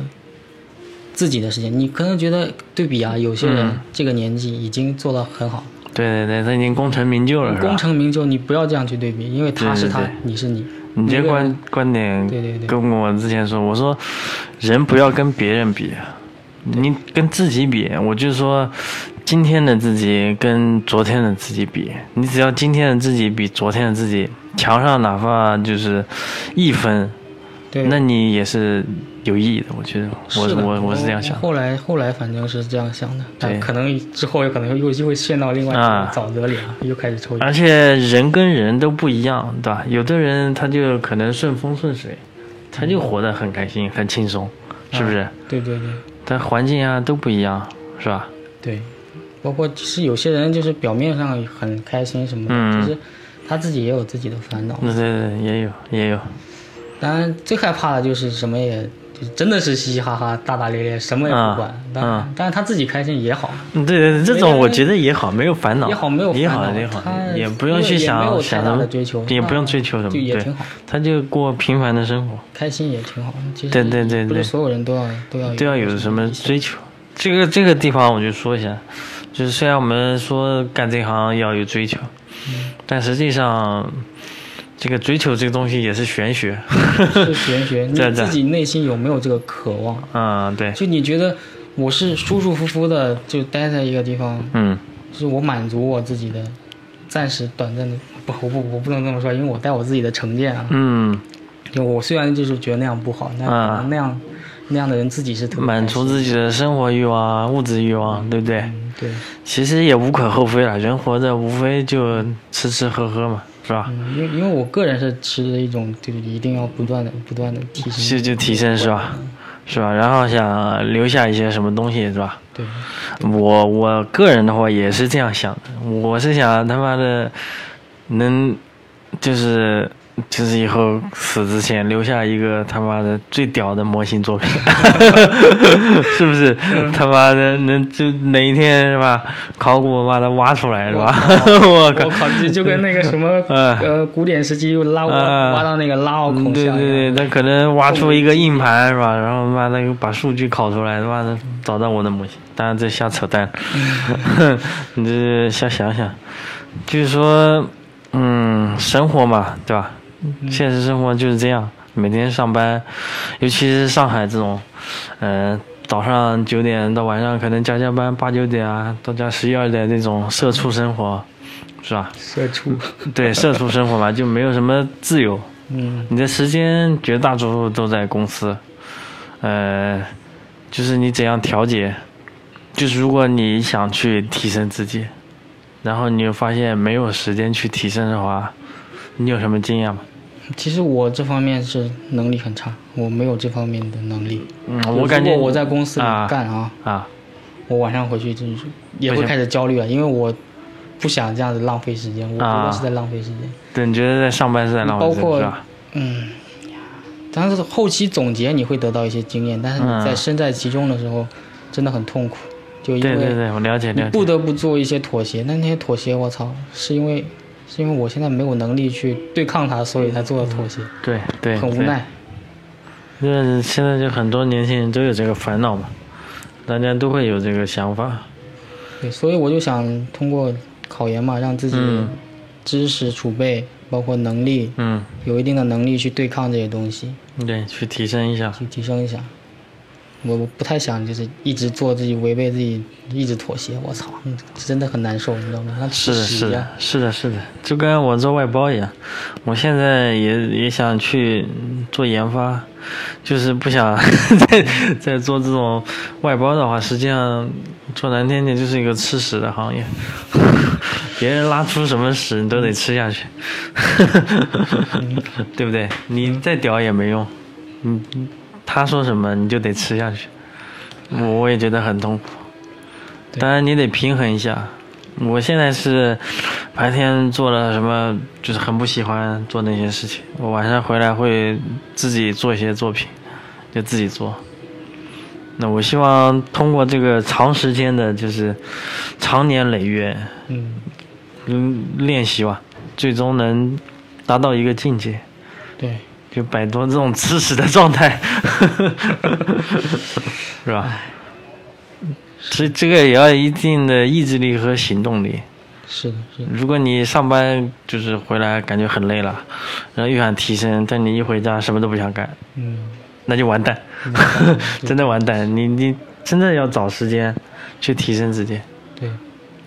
[SPEAKER 3] 自己的时间。你可能觉得对比啊，有些人
[SPEAKER 2] 嗯
[SPEAKER 3] 这个年纪已经做到很好，
[SPEAKER 2] 对对对，他已经功成名就了，是
[SPEAKER 3] 功
[SPEAKER 2] 吧？
[SPEAKER 3] 成名就，你不要这样去对比，因为他是他，
[SPEAKER 2] 对对对
[SPEAKER 3] 你是你。
[SPEAKER 2] 你这
[SPEAKER 3] 每个
[SPEAKER 2] 观
[SPEAKER 3] 人
[SPEAKER 2] 观点
[SPEAKER 3] 对对对
[SPEAKER 2] 跟我之前说，我说人不要跟别人比，啊你跟自己比。我就说今天的自己跟昨天的自己比，你只要今天的自己比昨天的自己强上哪怕就是一分，
[SPEAKER 3] 对，
[SPEAKER 2] 那你也是有意义的。我觉得我
[SPEAKER 3] 是的
[SPEAKER 2] 我我是这样想的。
[SPEAKER 3] 后来后来反正是这样想的，
[SPEAKER 2] 对
[SPEAKER 3] 但可能之后有可能又又会陷到另外一
[SPEAKER 2] 啊
[SPEAKER 3] 个沼泽里啊，又开始抽烟。
[SPEAKER 2] 而且人跟人都不一样，对吧？有的人他就可能顺风顺水，他就活得很开心、很轻松，是不是？
[SPEAKER 3] 对对对
[SPEAKER 2] 但环境啊都不一样，是吧？
[SPEAKER 3] 对，包括其实有些人就是表面上很开心什么的，
[SPEAKER 2] 嗯
[SPEAKER 3] 其实他自己也有自己的烦恼。
[SPEAKER 2] 那对对也有也有，
[SPEAKER 3] 当然，最害怕的就是什么也，就是真的是嘻嘻哈哈、大大咧咧，什么也不管。
[SPEAKER 2] 嗯
[SPEAKER 3] 当然，
[SPEAKER 2] 嗯
[SPEAKER 3] 但是他自己开心也好，啊
[SPEAKER 2] 嗯对对对，这种我觉得也好，没有烦恼，
[SPEAKER 3] 也好没有烦恼
[SPEAKER 2] 也好啊也好
[SPEAKER 3] 他，
[SPEAKER 2] 也不用去
[SPEAKER 3] 也没
[SPEAKER 2] 想
[SPEAKER 3] 有
[SPEAKER 2] 想什
[SPEAKER 3] 太大
[SPEAKER 2] 么
[SPEAKER 3] 的追求，嗯啊
[SPEAKER 2] 也不用追求什么，
[SPEAKER 3] 就也
[SPEAKER 2] 对
[SPEAKER 3] 挺好，
[SPEAKER 2] 他就过平凡的生活，
[SPEAKER 3] 开心也挺好。其实
[SPEAKER 2] 对对对
[SPEAKER 3] 不
[SPEAKER 2] 对
[SPEAKER 3] 是所有人都要都要
[SPEAKER 2] 都要有什么追求。这个这个地方我就说一下，就是虽然我们说干这行要有追求，但实际上，这个追求这个东西也是玄学。
[SPEAKER 3] *laughs* 是玄
[SPEAKER 2] *laughs*
[SPEAKER 3] 学，你
[SPEAKER 2] 对对
[SPEAKER 3] 自己内心有没有这个渴望？
[SPEAKER 2] 嗯，对，
[SPEAKER 3] 就你觉得我是舒舒服服的就待在一个地方，
[SPEAKER 2] 嗯
[SPEAKER 3] 是我满足我自己的暂时短暂的，不，我不，我不能这么说，因为我带我自己的成见啊。
[SPEAKER 2] 嗯，
[SPEAKER 3] 就我虽然就是觉得那样不好，但
[SPEAKER 2] 啊
[SPEAKER 3] 可能那样、那样的人自己是特别
[SPEAKER 2] 满足自己的生活欲望、啊物质欲望，对不对？
[SPEAKER 3] 嗯对，
[SPEAKER 2] 其实也无可厚非了，人活着无非就吃吃喝喝嘛，是吧？
[SPEAKER 3] 嗯，因为因为我个人是持着一种就是一定要不断的不断的提
[SPEAKER 2] 就
[SPEAKER 3] 升，
[SPEAKER 2] 就提升是吧？
[SPEAKER 3] 嗯
[SPEAKER 2] 是吧？然后想留下一些什么东西是吧？ *laughs*
[SPEAKER 3] 对，
[SPEAKER 2] 我我个人的话也是这样想的，我是想他妈的能就是就是以后死之前留下一个他妈的最屌的模型作品， *laughs* 是不是？他妈的能就哪一天是吧？考古把它挖出来是吧？我靠
[SPEAKER 3] 我！靠，就就跟那个什么
[SPEAKER 2] *laughs* 嗯
[SPEAKER 3] 呃古典时期又拉我
[SPEAKER 2] 嗯
[SPEAKER 3] 挖到那个拉奥
[SPEAKER 2] 嗯
[SPEAKER 3] 孔
[SPEAKER 2] 对
[SPEAKER 3] 下一样，
[SPEAKER 2] 对对，他可能挖出一个硬盘是吧？然后妈的又把数据拷出来，妈的找到我的母亲。当然这瞎扯淡，
[SPEAKER 3] 嗯
[SPEAKER 2] *laughs* 你这瞎想想。就是说，嗯，生活嘛，对吧？
[SPEAKER 3] 嗯
[SPEAKER 2] 现实生活就是这样，每天上班，尤其是上海这种，嗯、早上九点到晚上可能加加班八九点啊，到家十一二点这种社畜生活，是吧？
[SPEAKER 3] 社畜，
[SPEAKER 2] 对，社畜生活嘛，就没有什么自由。
[SPEAKER 3] 嗯，
[SPEAKER 2] 你的时间绝大多数都在公司，呃，就是你怎样调节，就是如果你想去提升自己，然后你又发现没有时间去提升的话，你有什么经验吗？
[SPEAKER 3] 其实我这方面是能力很差，我没有这方面的能力。
[SPEAKER 2] 嗯，我感觉
[SPEAKER 3] 如果我在公司里
[SPEAKER 2] 啊
[SPEAKER 3] 干啊
[SPEAKER 2] 啊，
[SPEAKER 3] 我晚上回去就是也
[SPEAKER 2] 为什
[SPEAKER 3] 会
[SPEAKER 2] 么
[SPEAKER 3] 开始焦虑啊，因为我不想这样子浪费时间，我觉
[SPEAKER 2] 啊
[SPEAKER 3] 得是在浪费时间。
[SPEAKER 2] 对，你觉得在上班是在浪费时
[SPEAKER 3] 包括
[SPEAKER 2] 间是吧？
[SPEAKER 3] 嗯，但是后期总结你会得到一些经验，但是
[SPEAKER 2] 嗯
[SPEAKER 3] 你在身在其中的时候，真的很痛苦，就因
[SPEAKER 2] 对对
[SPEAKER 3] 为
[SPEAKER 2] 对，我了解
[SPEAKER 3] 你
[SPEAKER 2] 了解。
[SPEAKER 3] 不得不做一些妥协。但那些妥协，我操，是因为是因为我现在没有能力去对抗它，所以才做的妥协，
[SPEAKER 2] 对嗯对，
[SPEAKER 3] 很无
[SPEAKER 2] 对
[SPEAKER 3] 奈。
[SPEAKER 2] 因为现在就很多年轻人都有这个烦恼嘛，大家都会有这个想法。
[SPEAKER 3] 对，所以我就想通过考研嘛，让自己
[SPEAKER 2] 嗯
[SPEAKER 3] 知识储备、包括能力
[SPEAKER 2] 嗯，
[SPEAKER 3] 有一定的能力去对抗这些东西，
[SPEAKER 2] 对，去提升一下。
[SPEAKER 3] 去提升一下。我我不太想就是一直做自己违背自己，一直妥协。我操，嗯真的很难受，你知道吗？像
[SPEAKER 2] 是
[SPEAKER 3] 吃
[SPEAKER 2] 的，
[SPEAKER 3] 屎
[SPEAKER 2] 是
[SPEAKER 3] 一
[SPEAKER 2] 的
[SPEAKER 3] 样。，
[SPEAKER 2] 是的，是的，就跟我做外包一样，我现在也也想去嗯做研发，就是不想 *laughs* 再再做这种外包的话，实际上说难听点就是一个吃屎的行业， *laughs* 别人拉出什么屎你都得吃下去， *laughs* 对不对？你再屌也没用，你你他说什么你就得吃下去，我我也觉得很痛苦。
[SPEAKER 3] 对
[SPEAKER 2] 当然你得平衡一下。我现在是白天做了什么，就是很不喜欢做那些事情。我晚上回来会自己做一些作品，就自己做。那我希望通过这个长时间的，就是长年累月，
[SPEAKER 3] 嗯，
[SPEAKER 2] 嗯，练习吧，最终能达到一个境界，
[SPEAKER 3] 对，
[SPEAKER 2] 就摆脱这种吃屎的状态，是吧？这这个也要一定的意志力和行动力。
[SPEAKER 3] 是的，是的，
[SPEAKER 2] 如果你上班就是回来感觉很累了，然后又想提升，但你一回家什么都不想干，
[SPEAKER 3] 嗯，
[SPEAKER 2] 那嗯就完蛋， *laughs* 真的完蛋。你你真的要找时间去提升自己。
[SPEAKER 3] 对，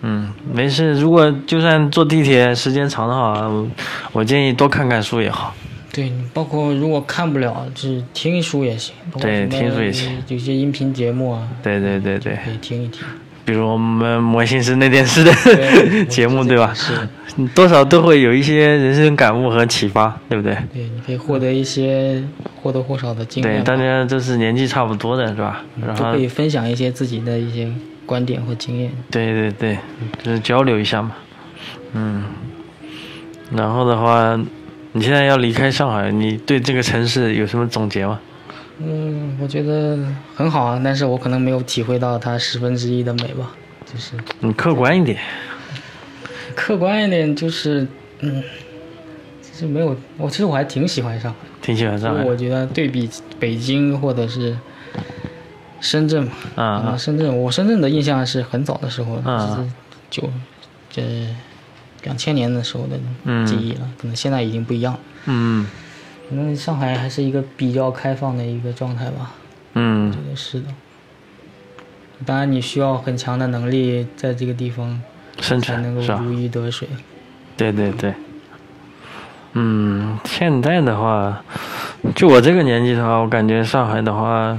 [SPEAKER 2] 嗯，没事。如果就算坐地铁时间长的话，我我建议多看看书也好。
[SPEAKER 3] 对，你包括如果看不了，就是听书也行。包括
[SPEAKER 2] 对
[SPEAKER 3] 什么
[SPEAKER 2] 听书也行。
[SPEAKER 3] 有些音频节目啊，
[SPEAKER 2] 对对对对，
[SPEAKER 3] 可以听一听。
[SPEAKER 2] 比如我们魔性室那电视的 *laughs*
[SPEAKER 3] 对
[SPEAKER 2] 节目，
[SPEAKER 3] 我
[SPEAKER 2] 对吧？
[SPEAKER 3] 是，
[SPEAKER 2] 多少都会有一些人生感悟和启发，对不对？
[SPEAKER 3] 对，你可以获得一些或多或少的经
[SPEAKER 2] 对，
[SPEAKER 3] 验吧，
[SPEAKER 2] 大家都是年纪差不多的，是吧？然
[SPEAKER 3] 嗯都
[SPEAKER 2] 后
[SPEAKER 3] 可以分享一些自己的一些观点或经验。
[SPEAKER 2] 对对对，就是交流一下嘛。嗯，然后的话，你现在要离开上海，你对这个城市有什么总结吗？
[SPEAKER 3] 嗯，我觉得很好啊，但是我可能没有体会到它十分之一的美吧，就是
[SPEAKER 2] 你客观一点。
[SPEAKER 3] 客观一点，就是嗯，其实没有，我其实我还挺喜欢上海，
[SPEAKER 2] 挺喜欢
[SPEAKER 3] 因
[SPEAKER 2] 上海
[SPEAKER 3] 为
[SPEAKER 2] 的
[SPEAKER 3] 我觉得对比北京或者是深圳嘛，
[SPEAKER 2] 啊
[SPEAKER 3] 啊，
[SPEAKER 2] 啊
[SPEAKER 3] 深圳，我深圳的印象是很早的时候，
[SPEAKER 2] 啊
[SPEAKER 3] 就是九，这两千年的时候的记忆了，可能现在已经不一样了。
[SPEAKER 2] 嗯
[SPEAKER 3] 可能上海还是一个比较开放的一个状态吧，
[SPEAKER 2] 嗯
[SPEAKER 3] 我觉得是的。当然，你需要很强的能力，在这个地方
[SPEAKER 2] 生
[SPEAKER 3] 才
[SPEAKER 2] 存
[SPEAKER 3] 能够
[SPEAKER 2] 是吧？
[SPEAKER 3] 如鱼得水。
[SPEAKER 2] 对对对，嗯，现在的话，就我这个年纪的话，我感觉上海的话，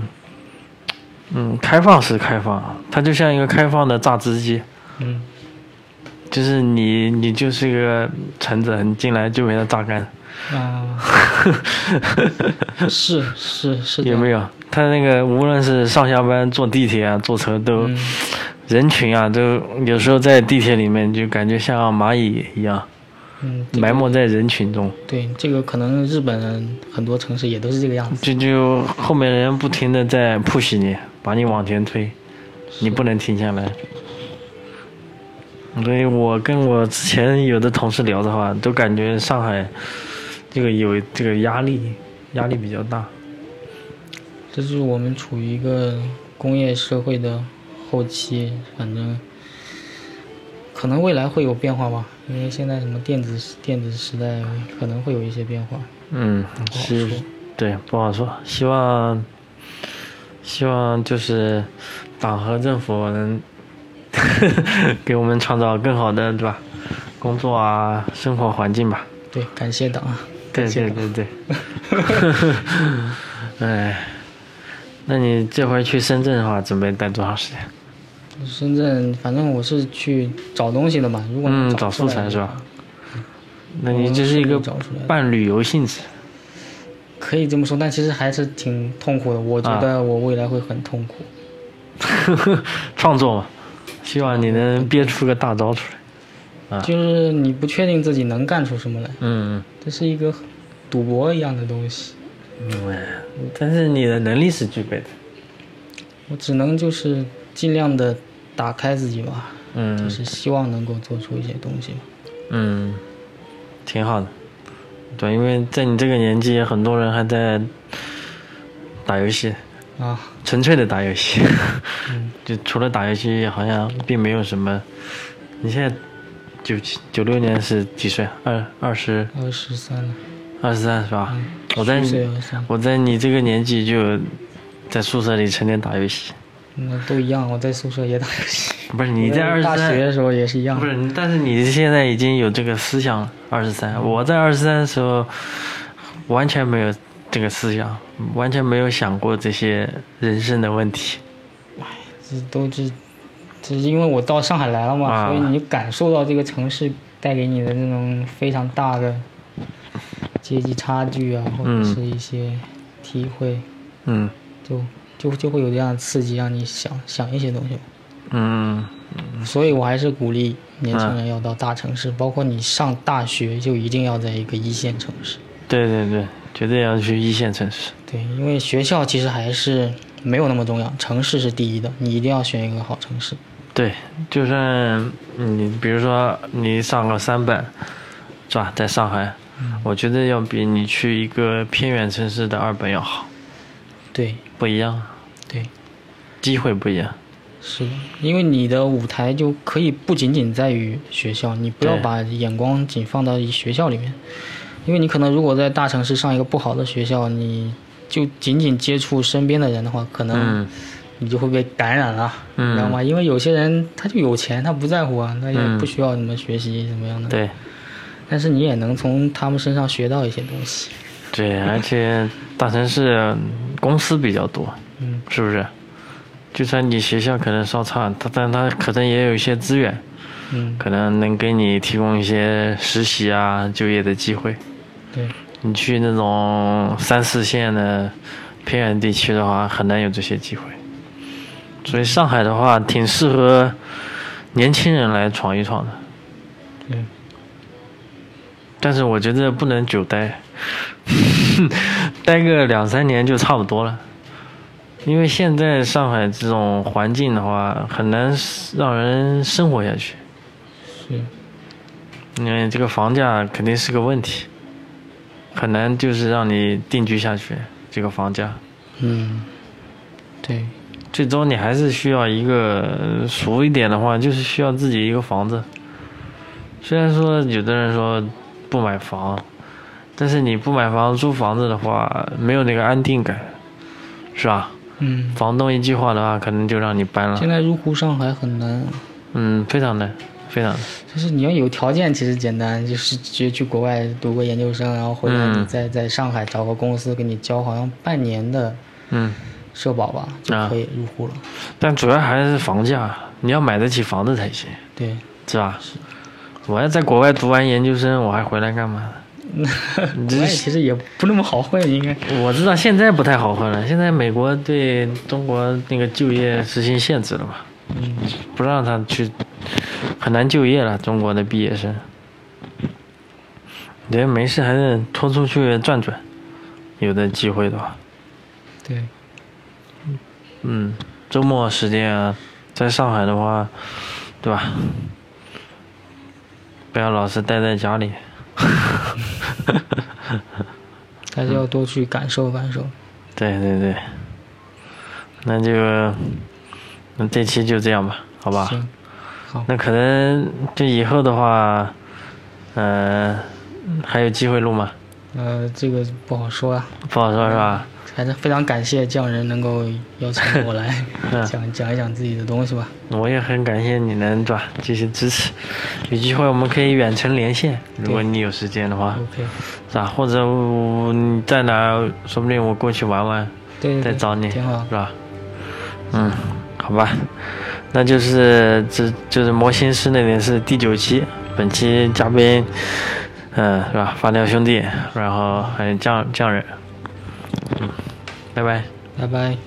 [SPEAKER 2] 嗯，开放是开放，它就像一个开放的榨汁机， *laughs*
[SPEAKER 3] 嗯，
[SPEAKER 2] 就是你你就是个橙子，你进来就给它榨干，
[SPEAKER 3] 啊、是是是的，
[SPEAKER 2] 有没有？它那个无论是上下班坐地铁啊，坐车都、
[SPEAKER 3] 嗯，
[SPEAKER 2] 人群啊，都有时候在地铁里面就感觉像蚂蚁一样
[SPEAKER 3] 嗯，这个
[SPEAKER 2] 埋没在人群中。
[SPEAKER 3] 对这个可能日本人很多城市也都是这个样子。
[SPEAKER 2] 就就后面人不停的在 push 你，把你往前推，你不能停下来。所以我跟我之前有的同事聊的话，都感觉上海这个有这个压力，压力比较大。
[SPEAKER 3] 这就是我们处于一个工业社会的后期，反正可能未来会有变化吧，因为现在什么电子电子时代可能会有一些变化，
[SPEAKER 2] 嗯，
[SPEAKER 3] 不好
[SPEAKER 2] 是
[SPEAKER 3] 说。，
[SPEAKER 2] 对，不好说。希望，希望就是党和政府能 *laughs* 给我们创造更好的，对吧？工作啊，生活环境吧。
[SPEAKER 3] 对，感谢党啊，
[SPEAKER 2] 对
[SPEAKER 3] 感
[SPEAKER 2] 对
[SPEAKER 3] 谢党。
[SPEAKER 2] 对对， *laughs* 哎，那你这回去深圳的话，准备待多长时间？
[SPEAKER 3] 深圳，反正我是去找东西的嘛，如果能
[SPEAKER 2] 嗯，
[SPEAKER 3] 找
[SPEAKER 2] 找
[SPEAKER 3] 出
[SPEAKER 2] 素
[SPEAKER 3] 来
[SPEAKER 2] 材
[SPEAKER 3] 的
[SPEAKER 2] 是
[SPEAKER 3] 话
[SPEAKER 2] 吧？？那你这是一个
[SPEAKER 3] 找出来的
[SPEAKER 2] 半旅游性
[SPEAKER 3] *laughs*
[SPEAKER 2] 质，
[SPEAKER 3] 可以这么说，但其实还是挺痛苦的。我觉得我未来会很痛苦。
[SPEAKER 2] 创作嘛，希望你能憋出个大招出来。啊
[SPEAKER 3] 就是你不确定自己能干出什么来，
[SPEAKER 2] 嗯
[SPEAKER 3] 这是一个赌博一样的东西。
[SPEAKER 2] 嗯，哎但是你的能力是具备的。
[SPEAKER 3] 我只能就是尽量的打开自己吧，就
[SPEAKER 2] 嗯
[SPEAKER 3] 是希望能够做出一些东西嘛。
[SPEAKER 2] 嗯，挺好的。对，因为在你这个年纪，很多人还在打游戏。
[SPEAKER 3] 啊，
[SPEAKER 2] 纯粹的打游戏， *laughs* 就除了打游戏，好像并没有什么。你现在九七九六年是几岁？二二十
[SPEAKER 3] 二十三了，
[SPEAKER 2] 二十三是吧？我在
[SPEAKER 3] 虚
[SPEAKER 2] 你
[SPEAKER 3] 岁嗯二十三，
[SPEAKER 2] 我在你这个年纪就在宿舍里成天打游戏，
[SPEAKER 3] 那都一样。我在宿舍也打游戏，
[SPEAKER 2] 不是你在二
[SPEAKER 3] 我
[SPEAKER 2] 十
[SPEAKER 3] 大学
[SPEAKER 2] 三，
[SPEAKER 3] 的时候也是一样
[SPEAKER 2] 不。是，你，但是你现在已经有这个思想了。二十
[SPEAKER 3] 嗯
[SPEAKER 2] 三，我在二十三的时候完全没有这个思想，完全没有想过这些人生的问题。
[SPEAKER 3] 这都是，这是因为我到上海来了嘛，
[SPEAKER 2] 啊
[SPEAKER 3] 所以你就感受到这个城市带给你的那种非常大的阶级差距啊，或者
[SPEAKER 2] 嗯
[SPEAKER 3] 是一些体会，
[SPEAKER 2] 嗯
[SPEAKER 3] 就就就会有这样的刺激，让你想想一些东西吧。
[SPEAKER 2] 嗯
[SPEAKER 3] 所以我还是鼓励年轻人要到大城市，包括你上大学就一定要在一个一线城市。
[SPEAKER 2] 对对对，绝对要去一线城市。
[SPEAKER 3] 对，因为学校其实还是没有那么重要，城市是第一的，你一定要选一个好城市。
[SPEAKER 2] 对，就算你比如说你上个三本，是吧？在上海，我觉得要比你去一个偏远城市的二本要好，
[SPEAKER 3] 对，
[SPEAKER 2] 不一样，
[SPEAKER 3] 对。
[SPEAKER 2] 机会不一样。
[SPEAKER 3] 是的，因为你的舞台就可以不仅仅在于学校，你不要
[SPEAKER 2] 对
[SPEAKER 3] 把眼光仅放到一学校里面，因为你可能如果在大城市上一个不好的学校，你就仅仅接触身边的人的话，可能
[SPEAKER 2] 嗯
[SPEAKER 3] 你就会被感染了，
[SPEAKER 2] 嗯
[SPEAKER 3] 你知道吗？因为有些人他就有钱，他不在乎啊，他
[SPEAKER 2] 嗯
[SPEAKER 3] 也不需要你们学习怎么样的。
[SPEAKER 2] 对
[SPEAKER 3] 但是你也能从他们身上学到一些东西。
[SPEAKER 2] 对，而且大城市公司比较多，
[SPEAKER 3] 嗯，
[SPEAKER 2] 是不是？就算你学校可能稍差，它但它可能也有一些资源，
[SPEAKER 3] 嗯，
[SPEAKER 2] 可能能给你提供一些实习啊、就业的机会。
[SPEAKER 3] 对，
[SPEAKER 2] 你去那种三四线的偏远地区的话，很难有这些机会。所以上海的话，挺适合年轻人来闯一闯的。
[SPEAKER 3] 对，
[SPEAKER 2] 但是我觉得不能久待， *laughs* 待个两三年就差不多了。因为现在上海这种环境的话，很难让人生活下去，
[SPEAKER 3] 是，
[SPEAKER 2] 因为这个房价肯定是个问题，很难就是让你定居下去。这个房价，
[SPEAKER 3] 嗯，对，
[SPEAKER 2] 最终你还是需要一个呃俗一点的话，就是需要自己一个房子。虽然说有的人说不买房，但是你不买房租房子的话，没有那个安定感，是吧？
[SPEAKER 3] 嗯，
[SPEAKER 2] 房东一句话的话，可能就让你搬了
[SPEAKER 3] 现。在入户上海很难，啊
[SPEAKER 2] 嗯，非常难，非常难。
[SPEAKER 3] 就是你要有条件，其实简单，就是直接去国外读个研究生，然后回来
[SPEAKER 2] 嗯
[SPEAKER 3] 你再在上海找个公司给你交，好像半年的
[SPEAKER 2] 嗯，
[SPEAKER 3] 社保吧就
[SPEAKER 2] 啊
[SPEAKER 3] 可以入户了。
[SPEAKER 2] 但主要还是房价，你要买得起房子才行，
[SPEAKER 3] 对，
[SPEAKER 2] 是吧？我要在国外读完研究生，我还回来干嘛？这
[SPEAKER 3] 国外其实也不那么好混，应该。
[SPEAKER 2] 我知道现在不太好混了，现在美国对中国那个就业实行限制了嘛，
[SPEAKER 3] 嗯，
[SPEAKER 2] 不让他去，很难就业了。中国的毕业生，人没事还是多出去转转，有的机会的话，
[SPEAKER 3] 对，
[SPEAKER 2] 嗯，周末时间啊，在上海的话，对吧？不要老是待在家里，
[SPEAKER 3] 还是要多去感受感受。
[SPEAKER 2] 对对对，那就那这期就这样吧，好吧？
[SPEAKER 3] 行，
[SPEAKER 2] 那可能就以后的话，嗯、还有机会录吗？
[SPEAKER 3] 呃，这个不好说啊，
[SPEAKER 2] 不好说是吧？
[SPEAKER 3] 还是非常感谢匠人能够邀请我来
[SPEAKER 2] 嗯
[SPEAKER 3] 讲讲一讲自己的东西吧。
[SPEAKER 2] 我也很感谢你能对吧继续支持，有机会我们可以远程连线，如果你有时间的话，
[SPEAKER 3] OK，
[SPEAKER 2] 是吧？或者我你在哪儿，说不定我过去玩玩，
[SPEAKER 3] 对对
[SPEAKER 2] 再
[SPEAKER 3] 对，
[SPEAKER 2] 找你，
[SPEAKER 3] 挺好
[SPEAKER 2] 是。吧？嗯，好吧，那就是这就是魔心师那点是第九期，本期嘉宾，嗯、是吧？发条兄弟，然后还有匠匠人，嗯，拜拜。
[SPEAKER 3] 拜拜。